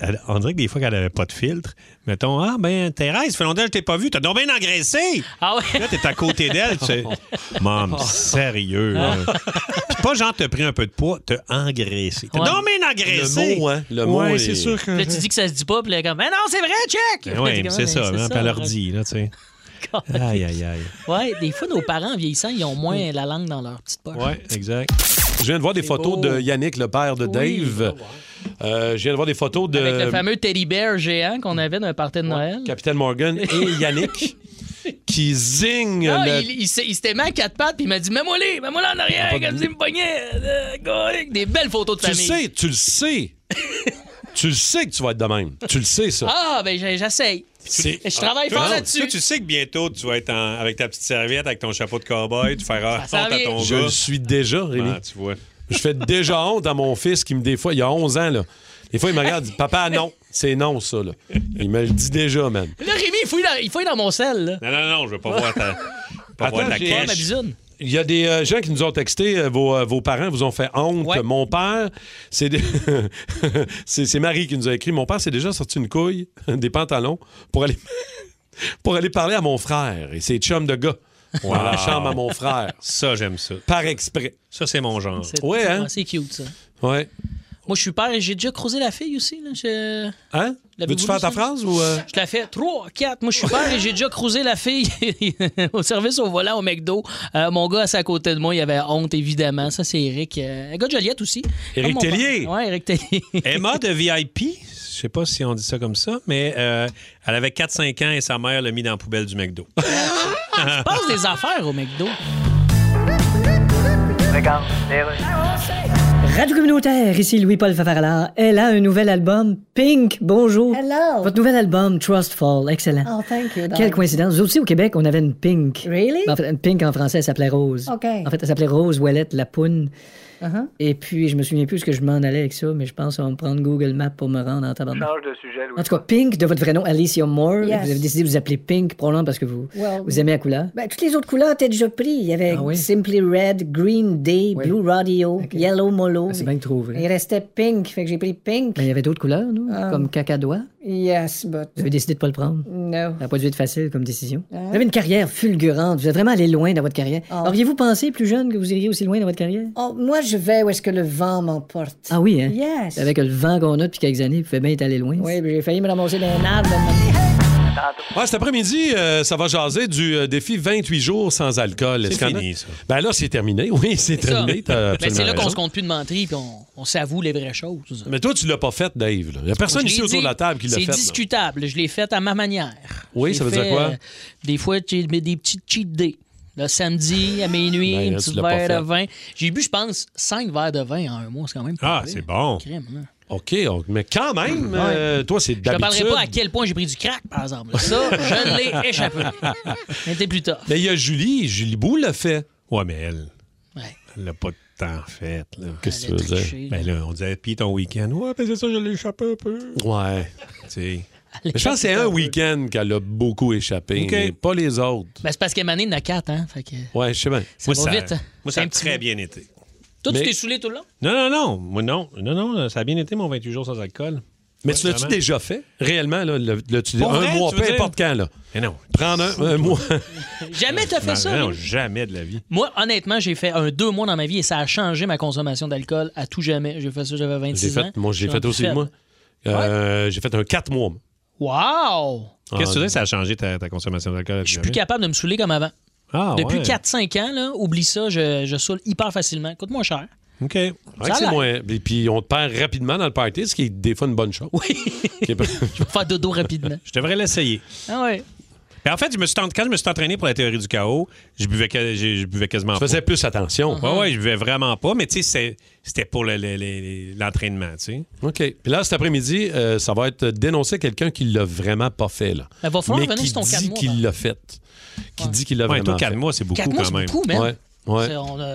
S4: elle- on dirait que des fois qu'elle n'avait pas de filtre, mettons, ah, ben, Thérèse, ça fait longtemps que je t'ai pas vue, t'as donc bien engraissé.
S5: Ah ouais?
S4: Là, t'es à côté d'elle, tu sais. Maman, sérieux. là.
S5: Ah.
S4: Puis pas genre, t'as pris un peu de poids, t'as engraissé. T'as
S5: Ouais.
S4: donc bien engraissé.
S3: Le mot, hein, le mot
S4: Ouais,
S3: est-
S4: c'est sûr que.
S5: Là, tu dis que ça se dit pas, puis là, comme, mais non, c'est vrai, check! T'es
S4: Oui,
S5: comme,
S4: c'est
S5: Mais
S4: ça, hein, puis elle leur
S5: ouais.
S4: dit, là, tu sais. Aïe, aïe, aïe.
S5: Ouais, des fois, nos parents en vieillissant, ils ont moins la langue dans leur petite poche.
S4: Ouais, exact.
S3: Je viens de voir des photos
S5: beau.
S3: de Yannick, le père de
S5: Oui.
S3: Dave. Euh, je viens de voir des photos de
S5: Avec le fameux teddy bear géant qu'on avait d'un party de Noël.
S3: Capitaine Morgan et Yannick qui zignent
S5: Ah,
S3: le-
S5: il, il s'est- il s'était mis à quatre pattes puis il m'a dit mets-moi les, mets-moi là en
S3: Pas
S5: arrière,
S3: de
S5: comme
S3: goût.
S5: si il me pognait. euh, go, avec Des belles photos de
S3: Tu le
S5: famille.
S3: sais, tu le sais. tu le sais que tu vas être de même. Tu le sais, ça.
S5: Ah, ben j'ai- j'essaye. Je travaille
S3: Ah,
S5: fort là-dessus.
S4: Ah, tu sais que bientôt, tu vas être en- avec ta petite serviette, avec ton chapeau de cowboy, tu feras honte
S5: s'en
S4: à
S5: vient.
S4: ton
S3: Je
S4: gars.
S3: le suis déjà, Rémi.
S4: Ah, tu vois.
S3: Je fais déjà honte à mon fils qui me, des fois, il a 11 ans, là. Des fois, il me regarde, il dit, papa, non, c'est non, ça, là. Il me le dit déjà, man.
S5: Là, Rémi, il fouille dans, il fouille dans mon sel. Là.
S4: Non, non, non, je veux pas voir ta, pas
S3: Attends,
S4: voir ta
S3: j'ai-
S5: Pas
S4: cache.
S5: ma bisoune.
S3: Il y a des euh, gens qui nous ont texté, euh, vos, euh, vos parents vous ont fait honte. Mon père, c'est des- c'est c'est Marie qui nous a écrit, mon père s'est déjà sorti une couille, des pantalons, pour aller, pour aller parler à mon frère et ses chums de gars. Dans la
S4: Wow.
S3: chambre à mon frère.
S4: Ça, j'aime ça.
S3: Par exprès.
S4: Ça, c'est mon genre.
S5: C'est
S3: Ouais, hein?
S5: c'est cute, ça.
S3: Ouais.
S5: Moi, je suis père et j'ai déjà croisé la fille aussi. Là. Je-
S3: Hein?
S5: L'avez-vous
S3: Veux-tu
S5: lu,
S3: faire
S5: ça?
S3: ta phrase ou. euh?
S5: Je la fais 3, 4. Moi, je suis père et j'ai déjà croisé la fille au service au volant au McDo. Euh, mon gars, assis à côté de moi, il avait honte, évidemment. Ça, c'est Eric. euh, un gars de Joliette aussi. Comme
S4: Éric
S5: mon
S4: Tellier.
S5: père. Ouais, Eric Tellier.
S3: Eh.
S4: Emma de VIP, je sais pas si on dit ça comme ça, mais euh, elle avait 4-5 ans et sa mère l'a mis dans la poubelle du McDo.
S5: Je passe des affaires au McDo.
S7: Radio communautaire, ici Louis-Paul Favarala. Elle a un nouvel album, Pink. Bonjour.
S9: Hello.
S7: Votre nouvel album, Trust Fall. Excellent.
S9: Oh, thank you. darling.
S7: Quelle coïncidence. Nous aussi, au Québec, on avait une Pink.
S9: Really?
S7: En fait, une Pink en français, elle s'appelait Rose.
S9: OK.
S7: En fait, elle s'appelait Rose Ouellette Lapoune.
S9: Uh-huh.
S7: Et puis, je me souviens plus ce que je m'en allais avec ça, mais je pense qu'on va me prendre Google Maps pour me rendre en tabarnak.
S9: Change de sujet, Louis.
S7: En tout cas, Pink, de votre vrai nom, Alicia Moore,
S9: Yes.
S7: vous avez décidé de vous appeler Pink, probablement parce que vous,
S9: Well,
S7: vous aimez la couleur.
S9: Ben, toutes les autres couleurs étaient déjà prises. Il y avait
S7: Ah
S9: Simply Red, Green Day, Blue Radio, Yellow Molo.
S7: Ah, C'est bien que trouvé.
S9: Il restait Pink, fait que j'ai pris Pink.
S7: Mais Ben, il y avait d'autres couleurs, non?
S9: Ah.
S7: Comme cacadois.
S9: Yes, but
S7: Vous avez décidé de pas le prendre.
S9: no. Hein?
S7: Ça n'a pas dû être facile comme décision. Vous avez une carrière fulgurante. Vous êtes vraiment allé loin dans votre carrière. Auriez-vous pensé, plus jeune, que vous iriez aussi loin dans votre carrière?
S9: Ah. Oh, moi, je vais où est-ce que le vent m'emporte.
S7: Ah oui, hein?
S9: Yes.
S7: Avec le vent qu'on a depuis quelques années, vous pouvez bien être allé loin.
S9: Oui, puis j'ai failli me ramasser dans un arbre.
S3: Ouais, cet après-midi, euh, ça va jaser du euh, défi 28 jours sans alcool.
S4: C'est
S3: Est-ce qu'il y en a-
S4: fini, ça.
S3: Ben là, c'est terminé. Oui, c'est
S5: Ça.
S3: terminé. T'as
S5: Ben,
S3: absolument
S5: c'est là qu'on
S3: raison.
S5: se compte plus de menteries et on, on s'avoue les vraies choses.
S3: Mais toi, tu l'as pas fait, Dave. Il n'y a personne
S5: Je l'ai
S3: ici autour
S5: dit,
S3: de la table qui l'a fait.
S5: C'est
S3: là.
S5: discutable. Je l'ai fait à ma manière.
S3: Oui,
S5: Je
S3: ça
S5: l'ai
S3: veut dire
S5: fait,
S3: quoi?
S5: euh, des fois, tu mets des petites cheat days. Le samedi, à minuit,
S3: Ben,
S5: un
S3: là,
S5: petit
S3: tu l'as pas
S5: verre de
S3: fait.
S5: vin. J'ai bu, je pense, cinq verres de vin en un mois. C'est quand même pas
S3: Ah,
S5: pire.
S3: c'est bon.
S5: Crème, hein.
S3: OK, on- mais quand même,
S5: Ouais.
S3: euh, toi, c'est
S5: Je te
S3: d'habitude.
S5: parlerai pas à quel point j'ai pris du crack, par exemple. Ça, je l'ai échappé. Mais t'es plus tard.
S3: Mais Ben, il y a Julie. Julie Bou l'a fait.
S4: Ouais, mais elle.
S5: Ouais.
S4: Elle l'a pas tant fait. là.
S3: Qu'est-ce que Elle a tu veux triché, dire?
S4: Ben là, on disait, puis ton week-end. Ouais, ben c'est ça, je l'ai échappé un peu.
S3: Ouais.
S4: Tu sais.
S3: Mais je pense que c'est un week-end qu'elle a beaucoup échappé,
S4: OK.
S3: mais pas les autres.
S5: Ben, c'est parce qu'elle m'a né de la 4, hein. Fait que...
S3: Ouais, je sais bien.
S5: Ça va vite, hein.
S4: Moi, ça a très bien été.
S5: Toi,
S4: Mais-
S5: tu t'es saoulé tout le long?
S4: Non, non, non. Moi, non. Non, non, ça a bien été mon 28 jours sans alcool.
S3: Mais
S4: Ouais,
S3: tu l'as-tu
S4: vraiment.
S3: déjà fait? Réellement, là, le- le- tu dis
S4: Pour
S3: un
S4: vrai,
S3: mois,
S4: tu
S3: peu
S4: veux dire?
S3: importe quand, là.
S4: Mais non.
S3: Prendre un,
S5: Euh,
S3: un mois.
S5: Jamais t'as fait
S3: Ben,
S4: Non,
S5: ça?
S4: non,
S5: Louis?
S4: jamais de la vie.
S5: Moi, honnêtement, j'ai fait un deux mois dans ma vie et ça a changé ma consommation d'alcool à tout jamais. J'ai fait ça, j'avais 26
S3: J'ai
S5: ans.
S3: fait, moi, j'ai
S5: J'en
S3: fait
S5: ai
S3: aussi, moi. Euh, J'ai fait un 4 mois. moi.
S5: Wow!
S4: Qu'est-ce que tu dis, ça a changé ta, ta consommation d'alcool?
S5: Je suis plus capable de me saouler comme avant.
S4: Ah,
S5: Depuis
S4: ouais.
S5: 4-5 ans, là, oublie ça, je, je saoule hyper facilement. Coûte moins cher.
S4: OK.
S3: Ouais, que
S5: a
S3: c'est
S5: l'air.
S3: moins. Et puis, on te perd rapidement dans le party, ce qui est des fois une bonne chose.
S5: Oui. Je vais faire dodo rapidement.
S4: Je devrais l'essayer.
S5: Ah ouais.
S4: Mais en fait, je me suis tent- quand je me suis entraîné pour la théorie du chaos, je buvais, que- je, je buvais quasiment
S3: Tu
S4: pas.
S3: faisais plus
S5: Ah.
S3: attention.
S4: Ouais, ouais, je buvais vraiment pas, mais tu sais, c'est- c'était pour le- le- le- l'entraînement, tu sais.
S3: OK. Puis là, cet après-midi, euh, ça va être dénoncer quelqu'un qui l'a vraiment pas fait. Là.
S5: Ben, va falloir
S3: Mais
S5: revenir
S3: qui
S5: sur ton
S3: dit
S5: quatre mois,
S3: qu'il l'a fait. Qui dit qu'il l'a
S4: Ouais,
S3: vraiment
S4: toi,
S3: fait.
S4: quatre mois, Ben. c'est beaucoup
S5: Quatre mois, c'est beaucoup, man.
S3: Ouais. ouais.
S5: C'est- on a-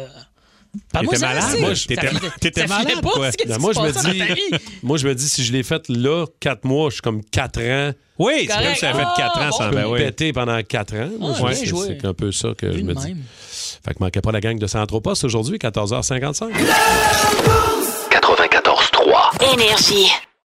S5: Parle-moi
S3: T'étais
S5: ça,
S3: malade?
S5: c'est-
S3: Moi, je-
S5: ça
S3: t'étais-
S5: filait-
S3: t'étais
S5: ça filait
S3: malade,
S5: pas,
S3: quoi.
S5: c'est- qu'est-ce
S3: Ben,
S5: qui
S3: moi,
S5: se
S3: je me
S5: passait dans ta vie?
S3: dis, moi, je me dis, si je l'ai faite là, quatre mois, je suis comme quatre ans.
S4: Oui, c'est comme si elle avait
S5: Oh,
S4: fait quatre ans
S3: Je
S4: sans
S3: peux
S4: Ah, ben
S3: me
S4: oui.
S3: péter pendant quatre ans. Moi,
S4: Ah,
S3: je me
S4: bien
S3: dis,
S4: joué.
S3: c'est un peu ça que je
S4: de
S3: me dis.
S4: même.
S3: Fait que manquait pas la gang de Centropost aujourd'hui, 14h55.
S21: Énergie.